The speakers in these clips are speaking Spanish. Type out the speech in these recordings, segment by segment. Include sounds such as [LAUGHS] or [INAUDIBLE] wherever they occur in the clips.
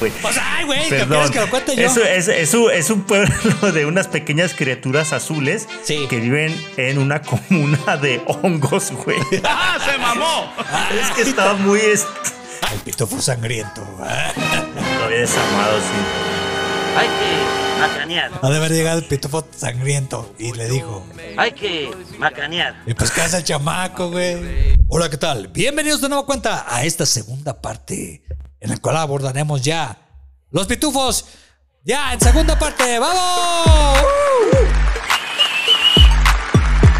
güey. Pues, ay, güey, ¿qué quieres que lo cuente yo? Es, es- es un, es un pueblo de unas pequeñas criaturas azules Sí. que viven en una comuna de hongos, güey. ¡Ah, se mamó! es que está muy est- El pitofo sangriento. ah. todavía desamado, sí. Hay que macanear, Ha de haber llegado el pitofo sangriento y le dijo, hay que macanear. Y pues ¿qué hace el chamaco, güey. Hola, ¿qué tal? Bienvenidos de nueva cuenta a esta segunda parte en la cual abordaremos ya los pitufos. Ya, en segunda parte, ¡vamos!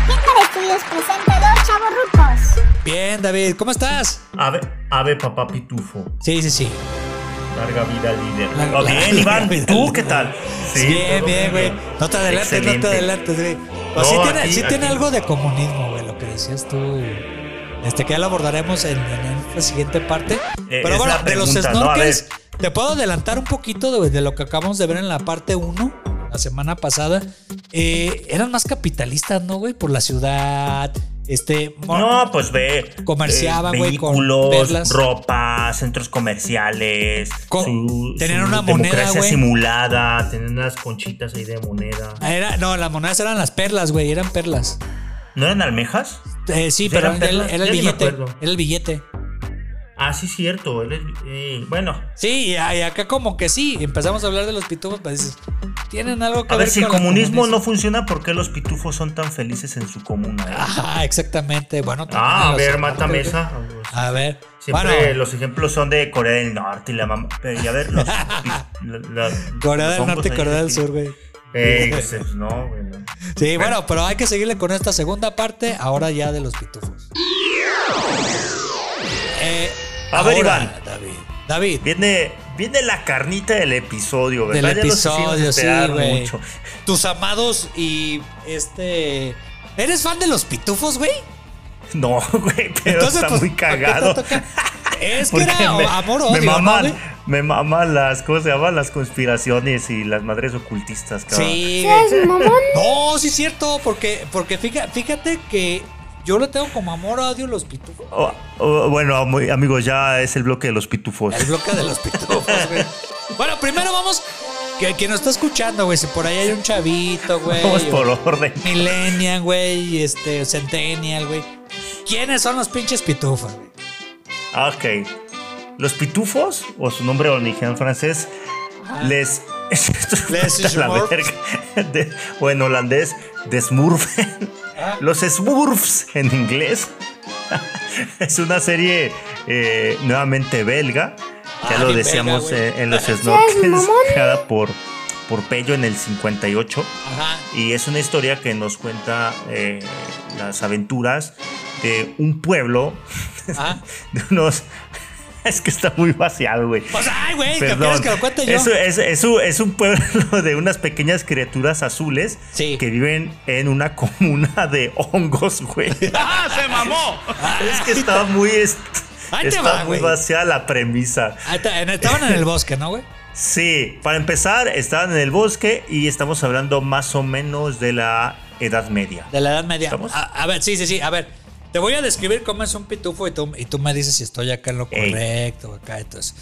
Tiempo de Estudios presenta dos chavos rucos. Bien, David, ¿cómo estás? Ave, ave papá pitufo. Sí, sí, sí. Larga vida al líder. Larga- Oh, bien, larga Iván. [LAUGHS] vida ¿Tú al qué líder. tal? bien, todo bien, güey. No te adelantes, no te Excelente. adelantes, güey. O No, sí tiene, aquí- sí tiene aquí. algo de comunismo, güey, lo que decías tú. güey. Este que ya lo abordaremos en, en la siguiente parte. Eh, Pero es bueno, la de los pregunta, ¿no? A snorkels, te puedo adelantar un poquito de, de lo que acabamos de ver en la parte 1, la semana pasada. Eh, eran más capitalistas, ¿no, güey? Por la ciudad. Este. mo- No, pues ve. Comerciaban, eh, güey, con Vehículos, perlas. ropa, centros comerciales. Co- tenían una moneda, democracia güey. simulada, tenían unas conchitas ahí de moneda. Era, no, las monedas eran las perlas, güey, eran perlas. ¿No eran almejas? Eh, sí, ¿Sí pero eran era, el- perlas? Ya era el ni me billete. Era acuerdo. el billete. Ah, sí, cierto. él es- eh, bueno, Sí, y y acá como que sí, empezamos a hablar de los pitufos, pues dices, tienen algo que a ver si el con comunismo no comunismo? funciona, ¿por qué los pitufos son tan felices en su comuna? eh? [LAUGHS] Ajá, Ah, exactamente. Bueno, Ah, también a los- ver, mátame creo que- esa. A ver, Siempre bueno, los ejemplos son de Corea del Norte y la mamá. Pero ya ver, [LAUGHS] los, la- la- Corea los del hongos Norte y ahí Corea del de- Sur, güey. Eh, pues, no, güey. no. Sí, bueno, pero hay que seguirle con esta segunda parte, ahora ya de los pitufos. Eh, A ver, ahora, Iván. David. David, Viene, viene la carnita del episodio, del ¿verdad? Ya pues, los hicimos episodio, sí, esperar güey. mucho. Tus amados y este... ¿Eres fan de los pitufos, güey? No, güey, pero está pues, muy ¿por qué [LAUGHS] cagado. tanto ca- Es que Porque era amor o me odio, ¿no, maman, güey? me maman las, ¿cómo se llaman? Las conspiraciones y las madres ocultistas, cabrón. Sí, güey. ¿Eres mamón? No, sí es cierto, porque, porque fíjate, fíjate que yo lo tengo como amor odio los pitufos. O- o- bueno, muy- amigos, ya es el bloque de los pitufos. El bloque de los pitufos, güey. Bueno, primero vamos. Que, que nos está escuchando, güey. Si por ahí hay un chavito, [LAUGHS] güey. Vamos o por orden. Millennial, güey. Este, Centennial, güey. ¿Quiénes son los pinches pitufos, güey? Ah, Ok. Los pitufos, o su nombre original francés, les. [LAUGHS] Esto me Les mata la smurfs. verga. De- o en holandés, de smurfen. Ah. [LAUGHS] Los smurfs en inglés. [LAUGHS] es una serie eh, nuevamente belga. Ya Ah, lo bien decíamos eh, belga, en, en [LAUGHS] los snorkels, creada por, por Pello en el 58. Ajá. Y es una historia que nos cuenta eh, las aventuras de un pueblo Ajá. de unos. [LAUGHS] Es que está muy vaciado, güey. Pues, ay, güey, ¿qué quieres Perdón. que lo cuente yo? Es, es- es un- es un pueblo [LAUGHS] de unas pequeñas criaturas azules Sí. que viven en una comuna de hongos, [LAUGHS] güey. ¡Ah, se mamó! [LAUGHS] es que está muy. est- Ahí te está va, muy güey. vaciada la premisa. Ahí está, en- Estaban en el bosque, ¿no, güey? Sí, para empezar, estaban en el bosque y estamos hablando más o menos de la Edad Media. De la Edad Media. ¿Estamos? A, a ver, sí, sí, sí. A ver, te voy a describir cómo es un pitufo y tú, y tú me dices si estoy acá en lo Ey. correcto. Acá, entonces.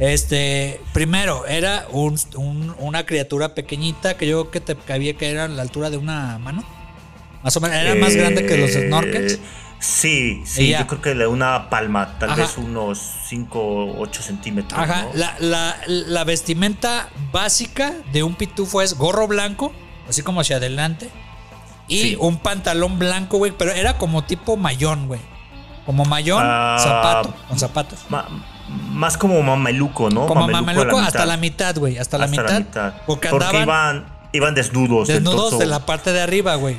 Este, primero, era un- un- una criatura pequeñita que yo creo que te cabía que era a la altura de una mano. Más o menos, era más grande que los Eh, snorkels. Sí, sí, Ella. yo creo que de una palma, tal Ajá. vez unos 5 8 centímetros. Ajá, ¿no? la, la- la vestimenta básica de un pitufo es gorro blanco, así como hacia adelante, y Sí. un pantalón blanco, güey, pero era como tipo mayón, güey. Como mayón, Ah, zapato, con zapatos. Ma- más como Oh, mameluco, ¿no? Como a mameluco mitad. hasta la mitad, güey, hasta, la Hasta mitad. Porque andaban iban, iban desnudos. del desnudos torso. de la Ah, parte de arriba, güey.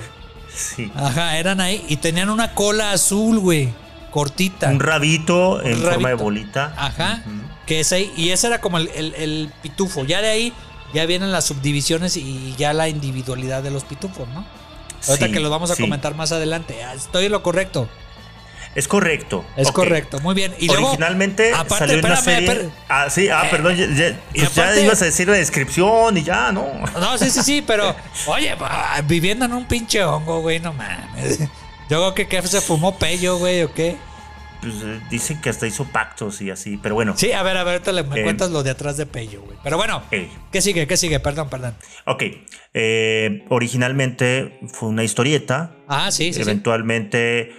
Sí. Ajá, eran ahí y tenían una cola azul, güey, cortita. Un rabito en forma de rabito. Ah, bolita. Ajá. Ujú. Que es ahí. Y ese era como el, el- el pitufo. Ya de ahí ya vienen las subdivisiones y ya la individualidad de los pitufos, ¿no? Ahorita Sí, que los vamos a sí. comentar más adelante. Ah, Estoy en lo correcto. Es correcto. Es ok. correcto. Muy bien. Y luego, Originalmente aparte, salió una espérame, serie. espérame. Ah, sí, ah, Eh, perdón. Ya, ya- y pues ya aparte- ibas a decir la descripción y ya, ¿no? No, sí, sí, sí, [LAUGHS] pero oye, pa- viviendo en un pinche hongo, güey, no mames. Yo creo que, que se fumó pello, güey, o qué. pues, eh, dicen que hasta hizo pactos y así, pero bueno. Sí, a ver, a ver, te le, me Eh. cuentas lo de atrás de Pello, güey. Pero bueno, Eh. ¿qué sigue? ¿Qué sigue? Perdón, perdón. Ok, eh, originalmente fue una historieta, Ah, Eh, sí, sí. sí. eventualmente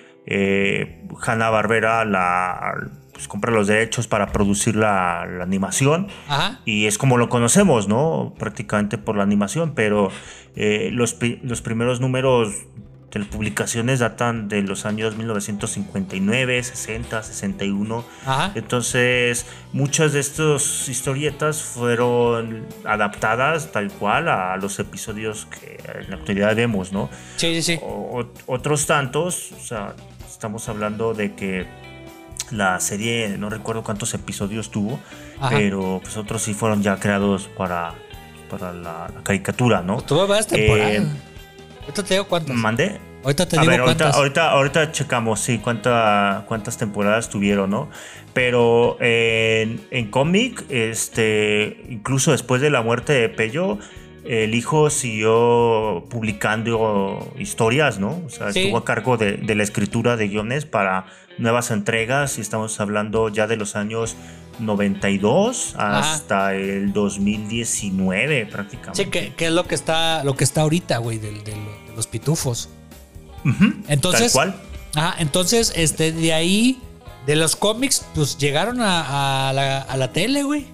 Hanna Barbera la, pues, compra los derechos para producir la, la animación. Ajá. Y es como lo conocemos, ¿no? Prácticamente por la animación, pero eh, los, pri- los primeros números de las publicaciones datan de los años 1959, 60, 61. Ajá. Eh, Entonces, muchas de estas historietas fueron adaptadas tal cual a los episodios que en la actualidad vemos, ¿no? Sí, sí, sí. O- o- otros tantos, o sea, estamos hablando de que la serie, no recuerdo cuántos episodios tuvo, Ajá. pero pues otros sí fueron ya creados para, para la, la caricatura, ¿no? Tuvo varias temporadas. Eh, ahorita te digo cuántas. ¿Mandé? ahorita te A digo ver, ahorita, cuántas. ahorita, ahorita checamos, sí, cuánta, cuántas temporadas tuvieron, ¿no? Pero en, en cómic, este, incluso después de la muerte de Pello, el hijo siguió publicando historias, ¿no? O sea, Sí. estuvo a cargo de, de la escritura de guiones para nuevas entregas y estamos hablando ya de los años 92 Ajá. hasta el 2019 prácticamente. Sí, que, que es lo que está, lo que está ahorita, güey, del- del- de los pitufos. Ujú, Entonces, Tal cual. Ajá, entonces, este, de ahí, de los cómics, pues llegaron a, a la, a la tele, güey.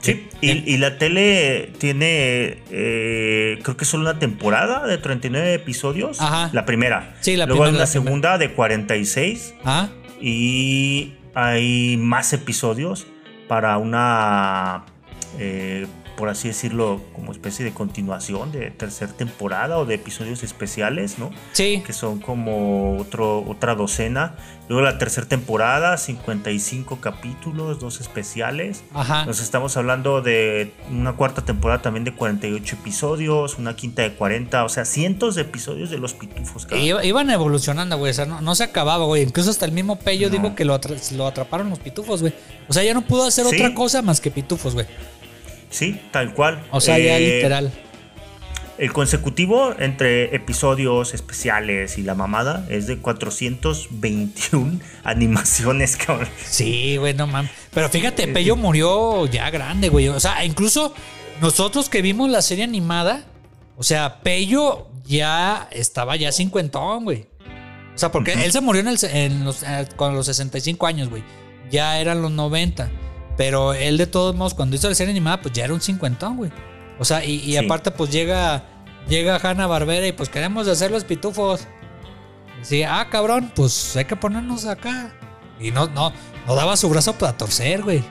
Sí, y, y la tele tiene, eh, creo que solo una temporada de 39 episodios. Ajá. La primera. Sí, la Luego primera, hay una la primera. segunda de 46 Ajá. y hay más episodios para una, eh, por así decirlo, como especie de continuación de tercera temporada o de episodios especiales, ¿no? Sí. que son como otro, otra docena. Luego la tercera temporada, 55 capítulos, dos especiales. Ajá. Nos estamos hablando de una cuarta temporada también de 48 episodios, una quinta de 40, o sea, cientos de episodios de los pitufos. cabrón. Iba- iban evolucionando, güey. O sea, no, no se acababa, güey. Incluso hasta el mismo Pello No. digo que lo, atra- lo atraparon los pitufos, güey. O sea, ya no pudo hacer Sí. otra cosa más que pitufos, güey. Sí, tal cual. O sea, ya Eh, literal. El consecutivo entre episodios especiales y la mamada es de 421 [LAUGHS] animaciones, cabrón. Sí, güey, no mames. Pero fíjate, Pello murió ya grande, güey. O sea, incluso nosotros que vimos la serie animada, o sea, Pello ya estaba ya cincuentón, güey. O sea, porque él se murió en el se- en los, eh, con los 65 años, güey. Ya eran los 90. Pero él, de todos modos, cuando hizo la serie animada, pues ya era un cincuentón, güey. O sea, y, y Sí. aparte, pues llega, llega Hanna Barbera y pues queremos hacer los pitufos. Sí, ah, cabrón, pues hay que ponernos acá. Y no, no, no daba su brazo para torcer, güey.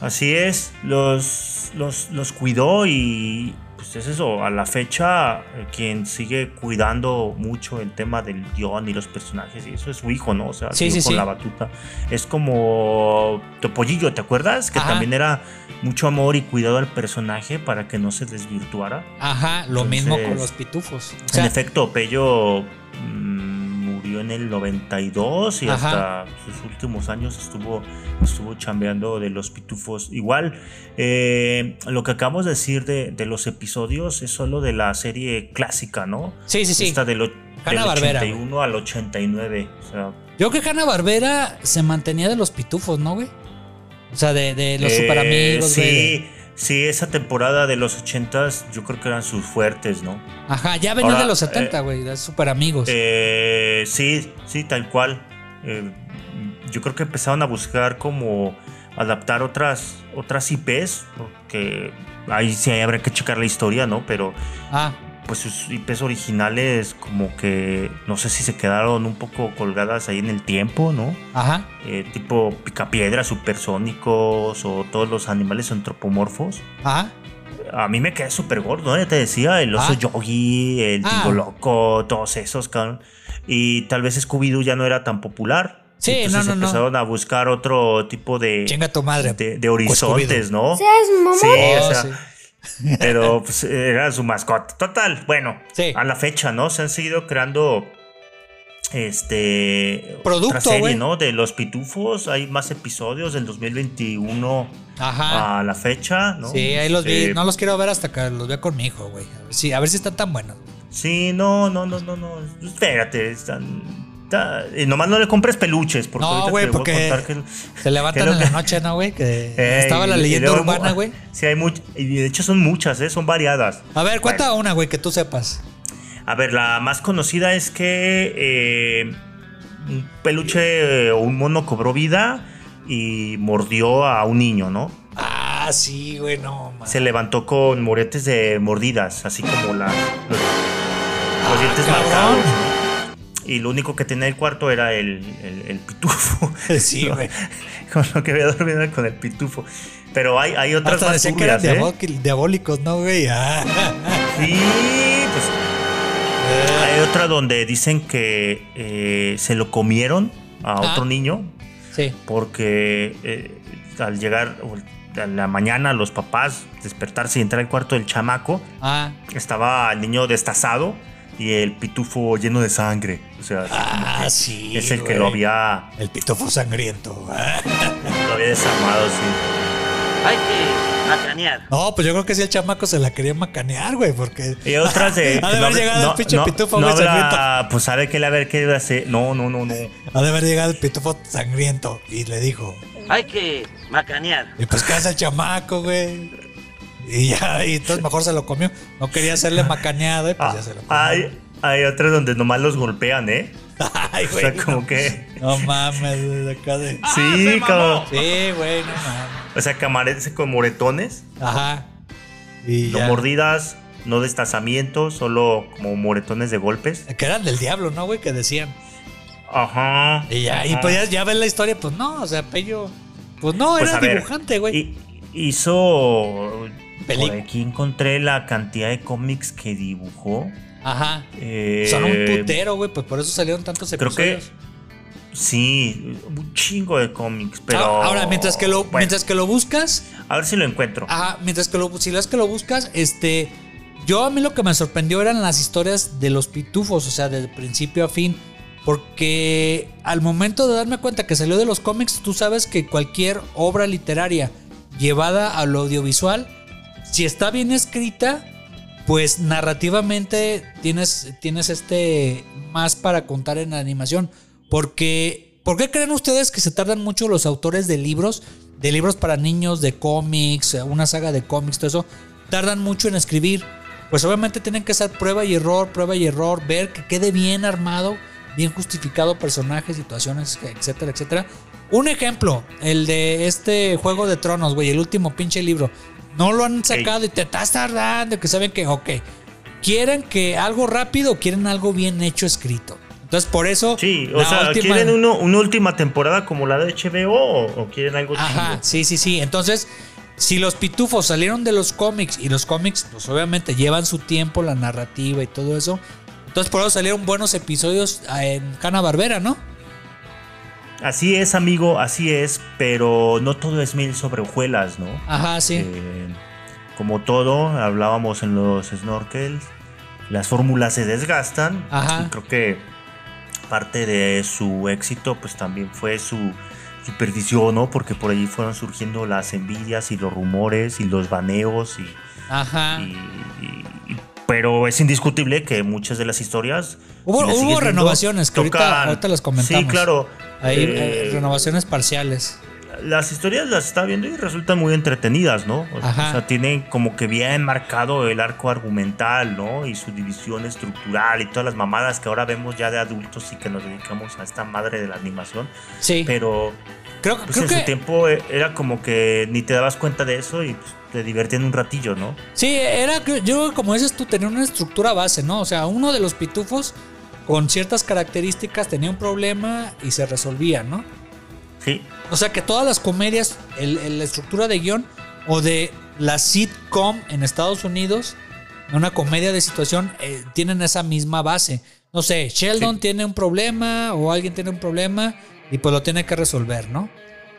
Así es, los, los, los cuidó y pues es eso, a la fecha eh, quien sigue cuidando mucho el tema del guión y los personajes y eso es su hijo, ¿no? O sea, Sí, sigue sí, con sí. la batuta. Es como Topollillo, ¿te acuerdas? Que Ajá. también era mucho amor y cuidado al personaje para que no se desvirtuara. Ajá, lo Entonces, mismo con los pitufos. O en sea, efecto, Pello mm, murió en el 92 y Ajá. hasta sus últimos años estuvo, estuvo chambeando de los pitufos. Igual, eh, lo que acabamos de decir de, de los episodios es solo de la serie clásica, ¿no? sí, sí, sí. Esta del, o- del Hanna-Barbera, 81 al 89. O sea, Yo creo que Hanna Barbera se mantenía de los pitufos, ¿no, güey? O sea, de, de los eh, superamigos, sí, güey. sí, esa temporada de los 80s yo creo que eran sus fuertes, ¿no? Ajá, ya venía Ahora, de los 70, güey, de superamigos. Eh, sí, sí, tal cual. Eh, yo creo que empezaron a buscar como adaptar otras, otras IPs, porque ahí sí habrá que checar la historia, ¿no? Pero ah, pues sus IPs originales como que no sé si se quedaron un poco colgadas ahí en el tiempo, ¿no? ajá. Eh, tipo picapiedra, supersónicos o todos los animales antropomorfos. Ajá. A mí me quedé súper gordo, ¿eh? te decía, el oso Ah. yogi, el Ah. tingo loco, todos esos, cabrón. Y tal vez Scooby-Doo ya no era tan popular. Sí, Entonces no, no, no. empezaron a buscar otro tipo de, Chinga tu madre. pues de, de horizontes, ¿no? Seas mamón. Sí, o Oh, sea, sí. pero pues, era su mascota. Total, bueno, Sí. a la fecha, ¿no? Se han seguido creando este Producto, otra serie, güey. ¿no? De los pitufos, hay más episodios del 2021 Ajá. a la fecha, ah, ¿no? Ah. Sí, ahí los vi. Este, No los quiero ver hasta que los vea con mi hijo, güey. A ver si, a ver si están tan buenos. Sí, no, no, no, no, no. Espérate, están. Ta- y nomás no le compres peluches, porque No, ahorita güey, te voy a porque contar que- Se levantan creo en que- la noche, ¿no, güey? Que Eh, estaba la y- y leyenda luego- ah, urbana, güey. Sí, hay muchas. Y de hecho son muchas, ¿eh? Son variadas. A ver, cuenta una, güey, que tú sepas. A ver, la más conocida es que eh, un peluche eh, o un mono cobró vida y mordió a un niño, ¿no? Ah, sí, güey, no, man. Se levantó con moretes de mordidas, así como la, los, los dientes Ah, cabrón. marcados. ¿no? Y lo único que tenía el cuarto era el, el- el pitufo. [LAUGHS] Sí, [LAUGHS] Lo- güey. Con lo que había dormido era con el pitufo. Pero hay, hay otras Hasta más decían que eran turbias, ¿eh? diabóqui- diabólicos, ¿no, güey? Ah. Sí, pues Eh. Hay otra donde dicen que eh, se lo comieron a Ah. otro niño Sí. porque eh, al llegar o a la mañana los papás despertarse y entrar al cuarto del chamaco Ah. estaba el niño destazado y el pitufo lleno de sangre. O sea, así como Ah, que sí. es el que güey. lo había, El pitofo sangriento. ah. lo había desarmado. sí. hay que macanear. No, pues yo creo que sí el chamaco se la quería macanear, güey, porque. Y otras de. [LAUGHS] Ha de haber llegado el pinche pitufo, no güey, habrá- sangriento. Pues sabe que le haber querido hacer. No, no, [LAUGHS] no, no. Ha de haber llegado el pitofo sangriento y le dijo. Hay que macanear. Y pues, ¿qué hace el chamaco, güey? Y ya, y entonces mejor se lo comió. No quería hacerle macaneado y pues Ah, ya se lo comió. hay, hay otras donde nomás los golpean, ¿eh? [LAUGHS] Ay, O sea, güey, como no. Ah, que. [LAUGHS] No mames, güey, acá de. Sí, se como, mamó! Sí, güey, no mames. o sea, camaretes con moretones, Ajá. Y no ya. mordidas, no destazamientos, solo como moretones de golpes. Que eran del diablo, ¿no, güey? Que decían. Ajá. Y ya, y ajá. pues ya, ya ves la historia, pues no, o sea, Pello. Pues no, Pues, era a ver, dibujante, güey. hi- Hizo. Pelic- Por aquí encontré la cantidad de cómics que dibujó. Ajá. Eh, Son un putero, güey, pues por eso salieron tantos creo episodios. Ah, que- Sí, un chingo de cómics, pero. Ah, Ahora, mientras que lo, Bueno, mientras Ah, que lo buscas, A ver si lo encuentro. Ajá, mientras que lo, si las que lo buscas, este, yo a mí lo que me sorprendió eran las historias de los pitufos, o sea, del principio a fin, porque al momento de darme cuenta que salió de los cómics, tú sabes que cualquier obra literaria llevada al audiovisual, si está bien escrita, pues narrativamente tienes, tienes este más para contar en la animación. Porque, ¿Por qué creen ustedes que se tardan mucho los autores de libros, de libros para niños, de cómics, eh, una saga de cómics, todo eso? Tardan mucho en escribir. Pues obviamente tienen que hacer prueba y error, prueba y error, ver que quede bien armado, bien justificado personajes, situaciones, etcétera, etcétera. Un ejemplo, el de este Juego de Tronos, güey, el último pinche libro. No lo han sacado y te estás tardando, que saben que, ok, quieren que algo rápido o quieren algo bien hecho escrito. Entonces, por eso... Sí, o la sea, última- ¿quieren uno- una última temporada como la de HBO o, o quieren algo Ajá, chingo? sí, sí, sí. Entonces, si los pitufos salieron de los cómics y los cómics, pues obviamente llevan su tiempo, la narrativa y todo eso. Entonces, por eso salieron buenos episodios ah, en Cana Barbera, ¿no? Así es, amigo, así es, pero no todo es mil sobre hojuelas, ¿no? Ajá, sí. Eh, como todo, hablábamos en los snorkels, las fórmulas se desgastan. Ajá. Y creo que parte de su éxito, pues también fue su, su perdición, ¿no? Porque por allí fueron surgiendo las envidias y los rumores y los baneos y. Ajá. y- y- y- pero es indiscutible que muchas de las historias. Hubo- si las hubo sigues viendo, renovaciones que ahorita- ahorita las comentamos. Sí, claro. Ahí, Eh, eh, renovaciones parciales. las historias las está viendo y resultan muy entretenidas, ¿no? O, o Ajá. sea, tienen como que bien marcado el arco argumental, ¿no? Y su división estructural y todas las mamadas que ahora vemos ya de adultos y que nos dedicamos a esta madre de la animación. Sí. Pero creo pues, creo en que. su tiempo eh, era como que ni te dabas cuenta de eso y pues, te divertían un ratillo, ¿no? Sí, era, yo creo que como dices tú, tenía una estructura base, ¿no? O sea, uno de los pitufos con ciertas características tenía un problema y se resolvía, ¿no? Sí. O sea, que todas las comedias, el- el- la estructura de guión o de la sitcom en Estados Unidos, una comedia de situación, eh, tienen esa misma base. No sé, Sheldon Sí. tiene un problema o alguien tiene un problema y pues lo tiene que resolver, ¿no?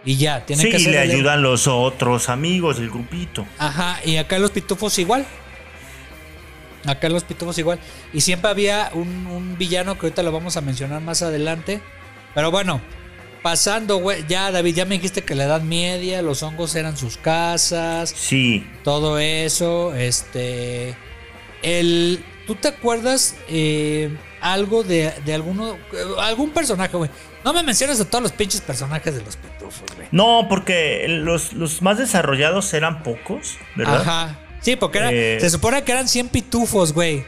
Y ya, tiene Sí, que y ser le el- ayudan los otros amigos, el grupito. Ajá, y acá en los pitufos igual. Acá en los pitufos igual. Y siempre había un, un villano que ahorita lo vamos a mencionar más adelante. Pero bueno, pasando, güey. Ya, David, ya me dijiste que la edad media, los hongos eran sus casas, Sí. todo eso. Este. El. ¿Tú te acuerdas? eh, algo de, de alguno, eh, algún personaje, güey. No me menciones a todos los pinches personajes de los pitufos, güey. No, porque los, los más desarrollados eran pocos, ¿verdad? Ajá. Sí, porque era- Eh. se supone que eran 100 pitufos, güey.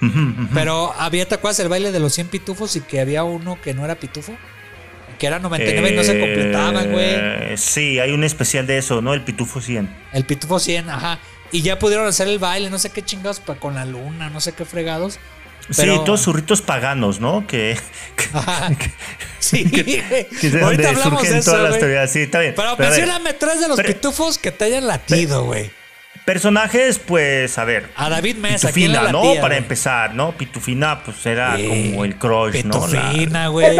Ujú, ujú. Pero había, ¿te acuerdas el baile de los 100 pitufos y que había uno que no era pitufo? Y que era 99 y no se completaban, güey. Eh, Sí, hay un especial de eso, ¿no? El Pitufo 100. El pitufo 100, ajá. Y ya pudieron hacer el baile, no sé qué chingados, pa- con la luna, no sé qué fregados. Pero, Sí, todos sus ritos paganos, ¿no? [LAUGHS] Que, Ajá. [LAUGHS] Sí, [LAUGHS] que es de ahorita donde hablamos surgen de eso, todas las güey. teorías. Sí, está bien. Pero Pero a ver, mencióname tres de los Pero- pitufos que te hayan latido, güey. personajes, pues, a ver. A David Mesa, ¿quién Pitufina, le ¿no? latía, Para güey? empezar, ¿no? Pitufina, pues era Sí. como el crush, ¿no? La- Pitufina, güey.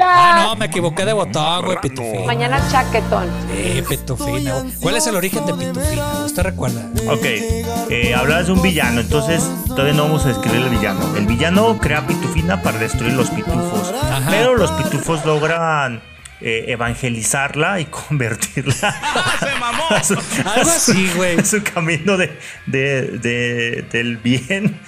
Ah, no, me equivoqué de botón, güey, pitufina. Mañana chaquetón. Sí, pitufina. güey. ¿Cuál es el origen de pitufina? güey? ¿Usted recuerda? Ok, eh, hablabas de un villano, entonces todavía no vamos a describir el villano. El villano crea pitufina para destruir los pitufos, Ajá. pero los pitufos logran eh, evangelizarla y [LAUGHS] [LAUGHS] convertirla se mamó! a su, Algo así, güey. a su camino de, de- de- del bien,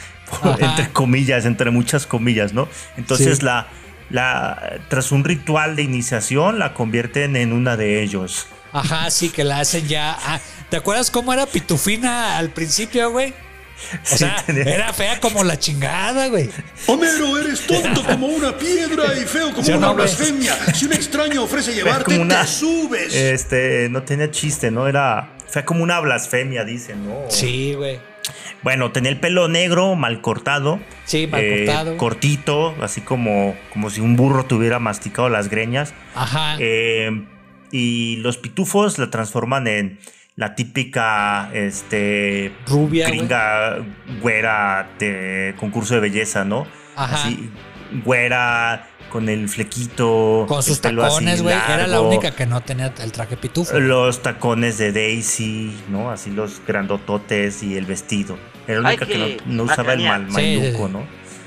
por- Ajá. entre comillas, entre muchas comillas, ¿no? Entonces Sí. la, la, tras un ritual de iniciación, la convierten en una de ellos. Ajá, sí, que la hacen ya. ah, ¿Te acuerdas cómo era pitufina al principio, güey? [LAUGHS] O Sí, sea, tenía- era fea como la chingada, güey. Homero, eres tonto como una piedra y feo como Ya no una ves. blasfemia. Si un extraño ofrece Fue llevarte, como una- te subes. Este, no tenía chiste, ¿no? Era. Fue como una blasfemia, dicen, ¿no? Sí, güey. Bueno, tenía el pelo negro, mal cortado. Eh, Sí, mal cortado. Cortito, así como, como si un burro tuviera masticado las greñas. Ajá. Eh, y los pitufos la transforman en la típica este, Rubia, güey. gringa güera de concurso de belleza, ¿no? Ajá. Así, güera, con el flequito. Con el sus pelo así tacones, güey. Era la largo, única que no tenía el traje pitufo. Los tacones de Daisy, ¿no? Así los grandototes y el vestido. Era la Hay única que, que no, no usaba el mal, macanear. Sí, maluco, sí, sí.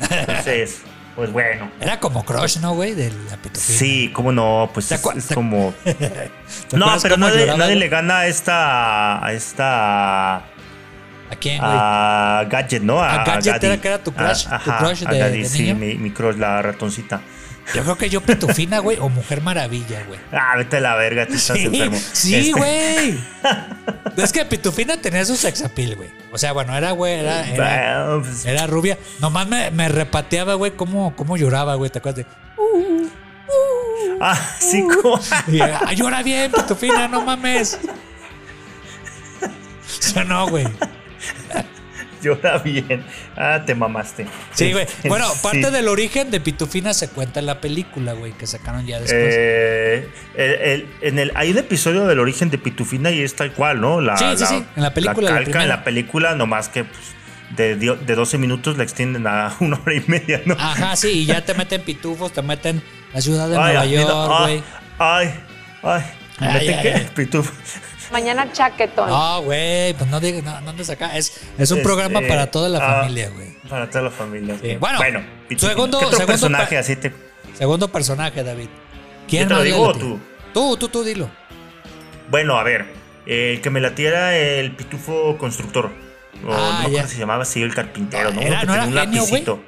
¿no? Entonces, pues bueno. Era como crush, ¿no, güey? De la pitufina. Sí, cómo no, pues ¿Te es, acuer- es [LAUGHS] te- como... ¿Te No, acuerdas pero cómo nadie, lloraba, nadie güey? le gana a esta. a esta. ¿A quién, güey? Ah. a Gadget, ¿no? A Gadget Gaddy. era que era tu crush, A- tu ajá, crush a de- Gaddy, de sí, niño. Mi, mi crush, la ratoncita. Yo creo que yo pitufina, güey, o Mujer Maravilla, güey. Ah, vete a la verga, tú estás enfermo. sí, Este, güey. es que Pitufina tenía su sex appeal, güey. O sea, bueno, era, güey, era, [LAUGHS] era, bueno, pues, [LAUGHS] era rubia. Nomás me, me repateaba, güey, cómo, cómo lloraba, güey. ¿Te acuerdas de? ah, sí, como- Y, "Ah, llora bien, Pitufina, no mames. [LAUGHS] O sea, no, güey. [LAUGHS] llora bien. Ah, te mamaste. Sí, [LAUGHS] güey. Este, Bueno, parte sí. del origen de Pitufina se cuenta en la película, güey, que sacaron ya después. Eh, el- el- en el, hay un episodio del origen de Pitufina y es tal cual, ¿no? La, Sí, sí, la- sí, en la película, la La calca en primera. la película, nomás que pues, de, dio- de 12 minutos la extienden a [LAUGHS] una hora y media, ¿no? Ajá, sí, y ya te meten pitufos, te meten la ciudad Ah, de Ay, Nueva ay, York, güey. Ay, ay, ay. Ay, Vete ay, que ay. Pitufo. Mañana chaquetón. No, güey, pues no digas, no, no andes acá. Es, es un Este, programa para toda la ah. familia, güey. Para toda la familia. Sí, bueno, Pitufina. segundo- ¿Qué otro segundo personaje pa- así te. Segundo personaje, David. ¿Yo te lo más le digo o late? tú? Tú, tú, tú, dilo. Bueno, a ver. El que me latiera era el pitufo constructor. O Ah, no me ya. acuerdo si se llamaba así el carpintero, ¿no? Era- Que ¿no era tenía un genio, güey? lapicito.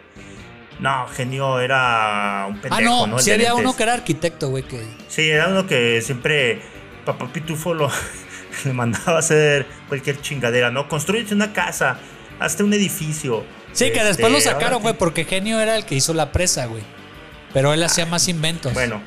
No, genio era un pendejo, ah, no, ¿no? El sí de había lentes. uno que era arquitecto, güey, que... Sí, era uno que siempre papá Pitufo lo, [LAUGHS] le mandaba a hacer cualquier chingadera, ¿no? Construyete una casa, hazte un edificio. Sí, que Este, después lo ahora sacaron, sí. güey, porque Genio era el que hizo la presa, güey. Pero él hacía más inventos. Bueno,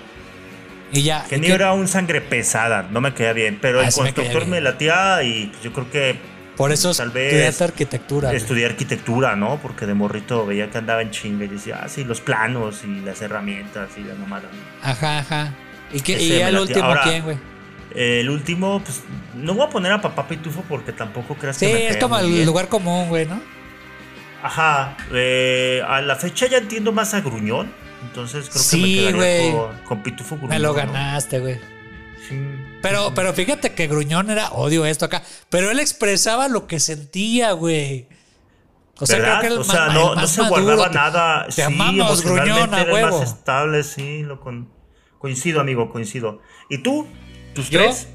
y ya. Genio ¿qué? era un sangre pesada, no me queda bien, pero Ah, el sí me caía constructor bien. me, latía y yo creo que Por eso tal vez estudiaste arquitectura, güey. estudié arquitectura, ¿no? Porque de morrito veía que andaba en chinga y decía, ah, sí, los planos y las herramientas y la mamada. Ajá, ajá. ¿Y, qué, Ese y ya Este, me el latía. último Ahora, quién, güey? El último, pues, no voy a poner a papá Pitufo porque tampoco creas Sí, que me es caía como muy el bien. lugar común, güey, ¿no? Ajá, eh, a la fecha ya entiendo más a Gruñón, entonces creo Sí, que me quedaría güey. con, con Pitufo Gruñón. Me lo ¿no? ganaste, güey. Sí. Pero, pero fíjate que Gruñón era odio esto acá. Pero él expresaba lo que sentía, güey. O sea, ¿Verdad? creo que el o más- sea, el no, no más se maduro, guardaba te- nada. Te sí, amamos, Gruñón, emocionalmente a era el huevo. más estable, sí, lo con... coincido, amigo, coincido. ¿Y tú? ¿Tus ¿Yo? tres?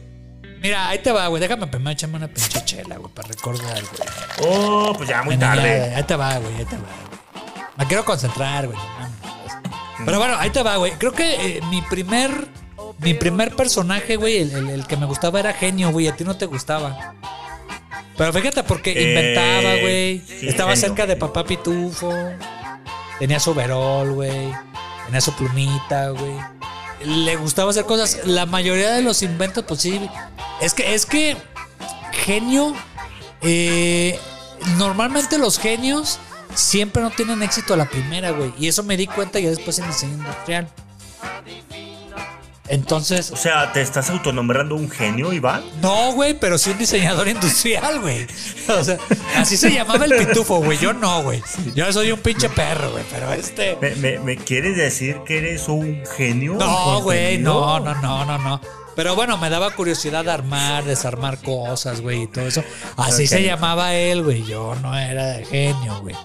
Mira, ahí te va, güey. Déjame primero echarme una pinche chela, güey, para recordar, güey. Oh, pues ya muy Bueno, ya, tarde. ahí te va, güey, ahí te va. güey. Me quiero concentrar, güey. Pero bueno, ahí te va, güey. Creo que eh, mi primer. Mi primer personaje, güey, el, el- el que me gustaba era genio, güey. A ti no te gustaba. Pero fíjate, porque Eh, inventaba, güey. sí, Estaba genio. cerca de papá pitufo. Tenía su overol, güey. Tenía su plumita, güey. Le gustaba hacer cosas. La mayoría de los inventos, pues sí. Es que, es que genio. eh, normalmente los genios siempre no tienen éxito a la primera, güey. Y eso me di cuenta ya después en diseño industrial. Entonces. O sea, ¿te estás autonombrando un genio, Iván? No, güey, pero sí un diseñador [LAUGHS] industrial, güey. O sea, así se llamaba el pitufo, güey. Yo no, güey. Yo soy un pinche perro, güey. Pero este. ¿Me, me, me quieres decir que eres un genio? No, güey, no, contenido? no, no, no, no. Pero bueno, me daba curiosidad armar, desarmar cosas, güey, y todo eso. Así Ok. se llamaba él, güey. Yo no era de genio, güey.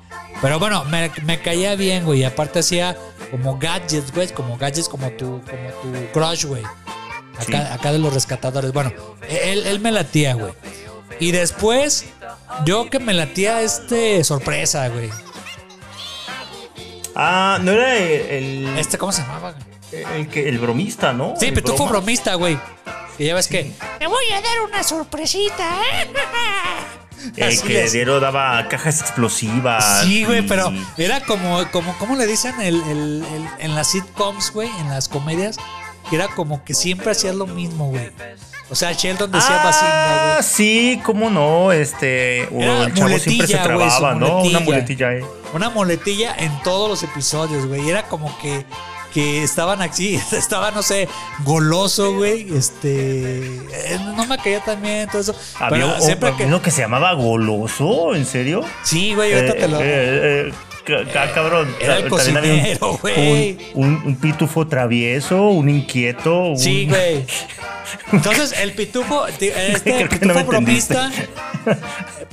Pero bueno, me, me caía bien, güey. Y aparte hacía como gadgets, güey. Como gadgets como tu, como tu crush, güey. Acá, Sí. acá de los rescatadores. Bueno, él, él me latía, güey. Y después, yo que me latía este sorpresa, güey. Ah, no era el, el, Este, ¿cómo se llamaba, güey? el que- el bromista, ¿no? Sí, El pero tú fue broma. bromista, güey. Y ya ves que. Te voy a dar una sorpresita, ¿eh? El Así que es. Diero daba cajas explosivas. Sí, güey, y- pero era como, como, ¿cómo le dicen el- el- el- en las sitcoms, güey? En las comedias, que era como que siempre hacías lo mismo, güey. O sea, Sheldon decía Bazinga, Ah, güey. sí, cómo no, este, o Era el chavo siempre se muletilla, güey, su trababa, ¿no? Una muletilla. muletilla, eh. una moletilla en todos los episodios, güey. Era como que, que estaban aquí, [LAUGHS] estaba, no sé, goloso, güey. Este. eh, No me caía también, todo eso. Había pero un- siempre que. uno que se llamaba Goloso, ¿en serio? Sí, güey, ahorita Eh, te lo. eh, eh, ca- ca- cabrón. era el También había un- cocinero, güey. Un, un- un pitufo travieso, un inquieto. un- Sí, güey. Entonces, el [LAUGHS] pitufo, ti- este Creo que pitufo no me entendiste. bromista,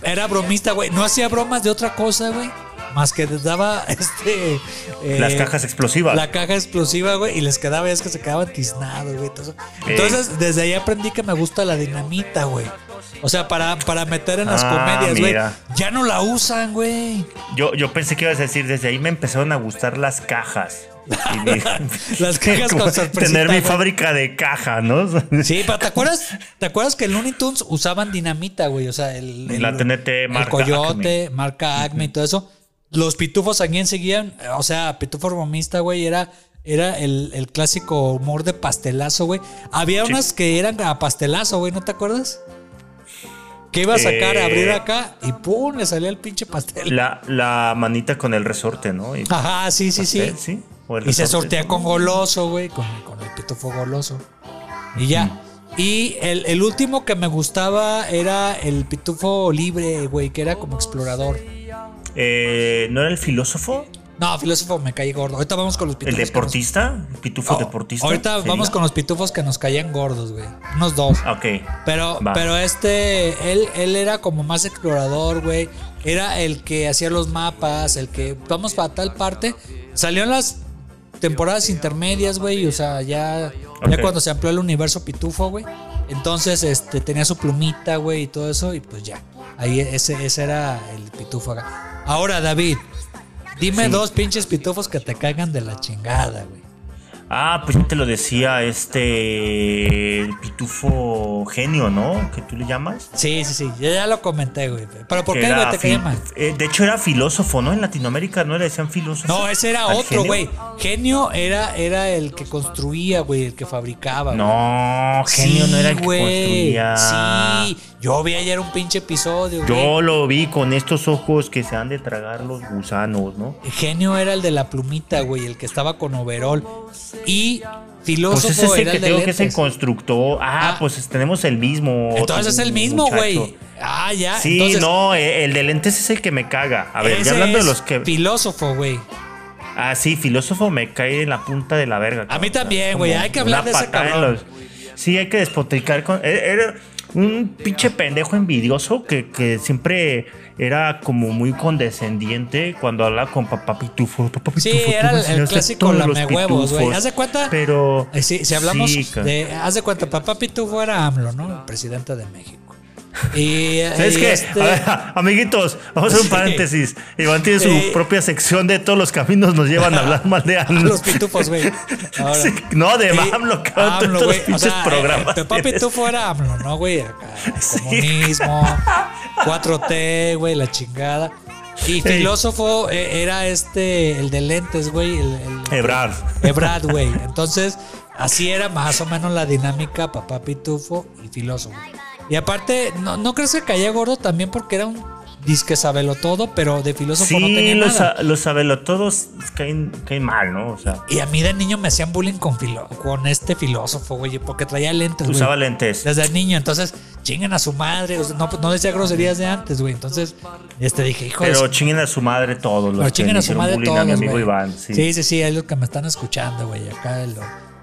[LAUGHS] era bromista, güey. No hacía bromas de otra cosa, güey. Más que les daba [LAUGHS] este. eh, Las cajas explosivas. La caja explosiva, güey. Y les quedaba, ya es que se quedaban tiznados, güey. todo eso. Eh. Entonces, desde ahí aprendí que me gusta la dinamita, güey. O sea, para, para meter en las Ah, comedias, güey. mira. Ya no la usan, güey. Yo, yo pensé que ibas a decir, desde ahí me empezaron a gustar las cajas. Y me- [LAUGHS] [LAUGHS] Las cajas con como sorpresita, Tener mi güey. fábrica de caja, ¿no? [LAUGHS] Sí, pero ¿te acuerdas? ¿Te acuerdas que en Looney Tunes usaban dinamita, güey? O sea, el, el- La TNT el marca coyote, marca Acme y todo eso. Los pitufos también seguían, eh, o sea, pitufo bromista, güey, era era el, el clásico humor de pastelazo, güey. Había Sí. unas que eran a pastelazo, güey, ¿no te acuerdas? Que iba a sacar, a abrir Eh. acá y pum, le salía el pinche pastel. La, la manita con el resorte, ¿no? Y- Ajá, Ah, sí, sí, sí. ¿Eh? ¿Sí? O el Y se resorte, sortea ¿no? con goloso, güey, con, con el pitufo goloso. Y ya. Y el, el último que me gustaba era el pitufo libre, güey, que era como explorador. Eh, ¿No era el filósofo? No, filósofo, me caí gordo. Ahorita vamos con los pitufos. ¿El que nos- deportista? ¿El pitufo Oh, deportista? Ahorita ¿Sería? vamos con los pitufos que nos caían gordos, güey. Unos dos. Ok. Pero, Va. pero este, él, él era como más explorador, güey. Era el que hacía los mapas, el que vamos para tal parte. Salió en las temporadas intermedias, güey. O sea, ya, Ok. ya cuando se amplió el universo pitufo, güey. Entonces, este, tenía su plumita, güey, y todo eso. Y pues ya. Ahí ese, ese era el pitufo acá. Ahora, David, dime Sí. dos pinches pitufos que te caigan de la chingada, güey. Ah, pues ya te lo decía este. El pitufo genio, ¿no? Que tú le llamas. Sí, sí, sí. Yo ya lo comenté, güey. Pero ¿por Que qué, era güey, te fi- caía mal? eh, de hecho, era filósofo, ¿no? En Latinoamérica no le decían filósofo. No, ese era ¿Al otro, genio? güey. Genio era, era el que construía, güey, el que fabricaba. güey. No, genio Sí, no era el que güey. construía. Sí, Eh. yo vi ayer un pinche episodio, güey. Yo lo vi con estos ojos que se han de tragar los gusanos, ¿no? Genio era el de la plumita, güey, el que estaba con overol. Y Pues filósofo ese es el era que el de tengo que es el lentes. constructor. Ah, Ah. pues tenemos el mismo. Entonces es tú, el mismo, muchacho. güey. Ah, ya. Sí, entonces, no, eh, el de lentes es el que me caga. A ver, ese ya hablando de es los que. Filósofo, güey. Ah, sí, filósofo me cae en la punta de la verga. A mí cabrón. también, O sea, güey, como hay que hablar una de ese patada en cabrón. Sí, hay que despotricar con. e- Era un pinche pendejo envidioso que, que siempre era como muy condescendiente cuando hablaba con papá pitufo. Papá Sí, pitufo, tú era el- me enseñaste el clásico todos los lamehuevos, güey. pitufos. ¿Haz de cuenta? Pero. Eh, sí, si hablamos Sí, ca- de. Haz de cuenta, papá Pitufo era AMLO, ¿no? El presidente de México. Y, [LAUGHS] ¿Sabes y qué? este- A ver, [LAUGHS] amiguitos, vamos a hacer un Sí. paréntesis. Iván tiene su Sí. propia sección de todos los caminos nos llevan a [LAUGHS] hablar mal de AMLO. Los pitufos, güey. [LAUGHS] Ahora. Sí, no, de Sí, AMLO, cabrón. AMLO, todos los güey. O pinches sea, programas. eh, Papá tienes. Pitufo era AMLO, ¿no, güey? Acá, [LAUGHS] Sí. Comunismo, [LAUGHS] 4T, güey, la chingada. Y filósofo eh, era este, el de lentes, güey. El, el- Ebrard. Ebrard, güey. Entonces, así era más o menos la dinámica papá Pitufo y filósofo. Y aparte, ¿no, no crees que caía gordo también porque era un disque sabelo todo, pero de filósofo no Sí, tenía los, nada? a- los sabelotodos caen, caen mal, ¿no? O sea, Y a mí de niño me hacían bullying con, filo- con este filósofo, güey, porque traía lentes, güey. usaba lentes. Desde niño, entonces chingan a su madre. o sea, no, no decía groserías de antes, güey. Entonces, este dije, hijo Pero de. chinguen a su madre todos los Pero que chingan le a su hicieron madre bullying todos. a mi amigo güey. Iván. sí. sí, sí, es lo que me están escuchando, güey. Acá lo-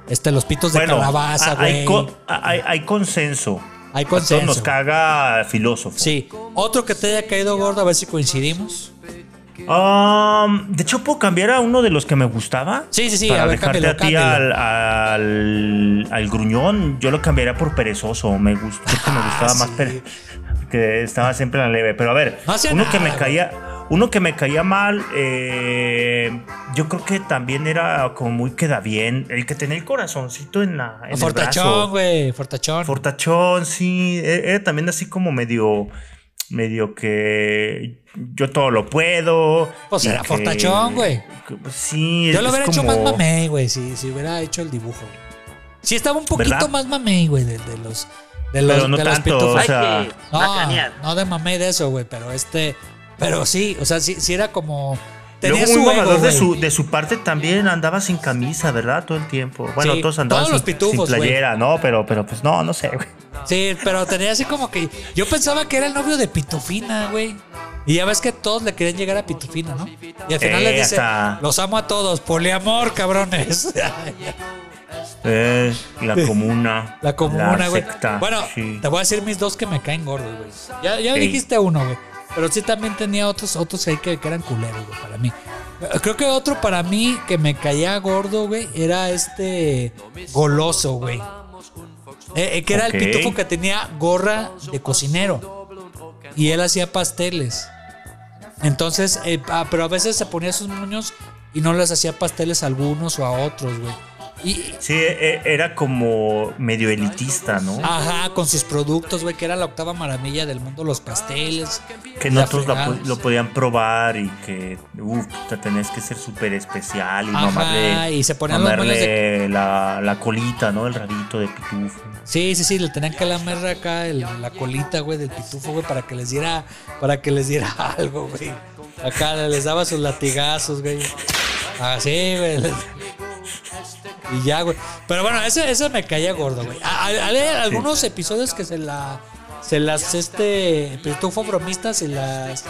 este, los pitos de calabaza, a- hay, güey. co- a- hay, hay consenso. Hay A todos consenso. nos caga filósofo. Sí. Otro que te haya caído gordo, a ver si coincidimos. Um, de hecho, ¿puedo cambiar a uno de los que me gustaba? Sí, sí, sí, Para a ver, dejarte cámbialo, a ti cámbialo. al, al, al gruñón, yo lo cambiaría por perezoso. Me gustó, que me gustaba más Ah, sí. Ah, pere- que estaba siempre en la leve. Pero a ver, No hacía uno que nada, me caía, uno que me caía mal, eh, yo creo que también era como muy queda bien, el que tenía el corazoncito en la en el Fortachón, brazo. güey. Fortachón. Fortachón, sí. e- Era también así como medio. medio que. Yo todo lo puedo. Pues y era que- fortachón, güey. que, pues, Sí, Yo lo es hubiera hecho más como- mamey, güey, si, si hubiera hecho el dibujo. Si estaba un poquito ¿Verdad? más mamey, güey, de, de los. De los, Pero no de los tanto, pitufos. o Hay sea. ah, que No, macanear. no de mamey de eso, güey, pero este. Pero sí, o sea, sí, sí era como. Tenía Luego muy su ego, mamador de güey. su, de su parte también andaba sin camisa, ¿verdad? Todo el tiempo. Bueno, Sí, todos andaban todos los sin, pitufos, sin güey. playera, ¿no? Pero, pero pues no, no sé, güey. Sí, pero tenía así como que. Yo pensaba que era el novio de Pitufina, güey. Y ya ves que todos le querían llegar a Pitufina, ¿no? Y al final Eh, le dice, hasta- los amo a todos, poliamor, cabrones. [LAUGHS] Eh, la comuna. La comuna, güey. secta, Bueno, sí. te voy a decir mis dos que me caen gordos, güey. Ya, ya Ey. dijiste uno, güey. Pero sí también tenía otros, otros ahí que, que eran culeros, güey, para mí. Eh, Creo que otro para mí que me caía gordo, güey, era este goloso, güey. Eh, eh, que era Ok. el pitufo que tenía gorra de cocinero. Y él hacía pasteles. Entonces, eh, ah, pero a veces se ponía sus moños y no les hacía pasteles a algunos o a otros, güey. Y, Sí, e- era como medio elitista, ¿no? Ajá, con sus productos, güey, que era la octava maravilla del mundo, los pasteles. Que la no todos la po- fregada. lo podían probar y que uf, te tenías que ser súper especial y Ajá, mamarle, y se ponían los mamarle moños de- la, la colita, ¿no? El rabito de pitufo. Sí, sí, sí, le tenían que lamer acá el- la colita, güey, del pitufo, güey, para que les diera, para que les diera [LAUGHS] algo, güey. Acá les daba sus latigazos, güey. Así, güey. les- Y ya, güey. Pero bueno, ese, ese me caía gordo, güey. Ah, A- a- Hay eh, algunos episodios que se la. Se las, este. el Pitufo bromista se las.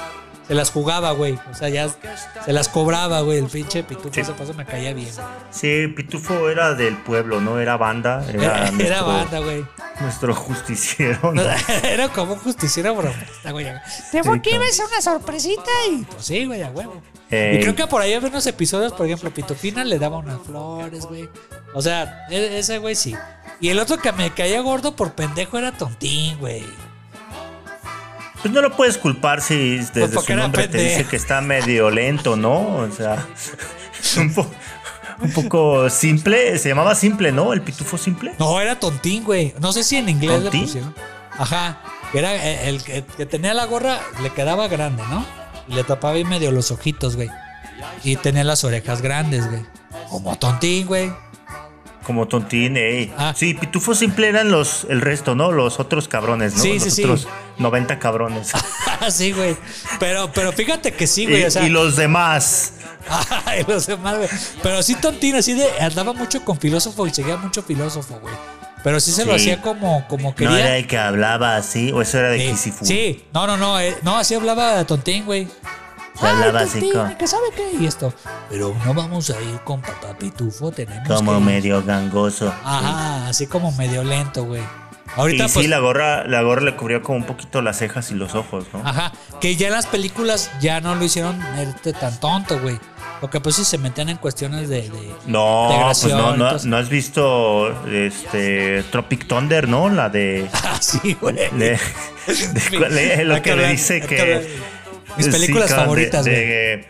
Se las jugaba, güey. O sea, ya se las cobraba, güey. El pinche pitufo Sí. ese paso me caía bien. Sí, pitufo era del pueblo, ¿no? Era banda. Era, [LAUGHS] Era, era nuestro, banda, güey. Nuestro justiciero, ¿no? Era como un justiciero bromista, güey. Tengo Sí, que claro. irme a Eh. hacer una sorpresita y pues sí, güey, a huevo. Ey. [LAUGHS] Y creo que por ahí había unos episodios, por ejemplo, Pitufina le daba unas flores, güey. O sea, e- ese güey sí. Y el otro que me caía gordo por pendejo era Tontín, güey. Pues no lo puedes culpar si desde Pues porque su era nombre te pendejo. dice que está medio lento, ¿no? O sea, [LAUGHS] un, po- un poco simple. Se llamaba simple, ¿no? El pitufo simple. No, era Tontín, güey. No sé si en inglés ¿Tontín? le pusieron. Ajá. Que Era e-, el, el que, que tenía la gorra, le quedaba grande, ¿no? Y le tapaba ahí medio los ojitos, güey. Y tenía las orejas grandes, güey. Como Tontín, güey. Como tontín, ey. Ah. Sí, pitufo simple eran los, el resto, ¿no? Los otros cabrones, ¿no? Sí, sí, los sí. otros 90 [LAUGHS] cabrones. Ah, sí, güey. Pero, pero fíjate que sí, y, güey. o sea, y los demás. [LAUGHS] Ay, los demás, güey. Pero sí, Tontín, así de. Andaba mucho con filósofo y seguía mucho filósofo, güey. Pero sí se lo Sí. hacía como, como No era quería. el que hablaba así, o eso era de Eh, Kisifu. sí, no, no, no. eh, no, así hablaba Tontín, güey. Se hablaba así Tontín, como- ¿qué sabe qué? Y esto. Pero no vamos a ir con papá Pitufo, tenemos. Como que ir. medio gangoso. Ajá, así como medio lento, güey. Ahorita, y pues. sí, la gorra, la gorra le cubría como un poquito las Ah, cejas y los ojos, ¿no? Ajá, que ya en las películas ya no lo hicieron este tan tonto, güey. Porque pues sí se metían en cuestiones de... de- No, de pues grabación, no, no, entonces- no has visto este Tropic Thunder, ¿no? La de. [LAUGHS] Ah, sí, güey. de- [LAUGHS] de- cuál es lo Hay que le ver, dice hay que. ver. Mis sí, películas cabrón, de- favoritas, de- güey. de-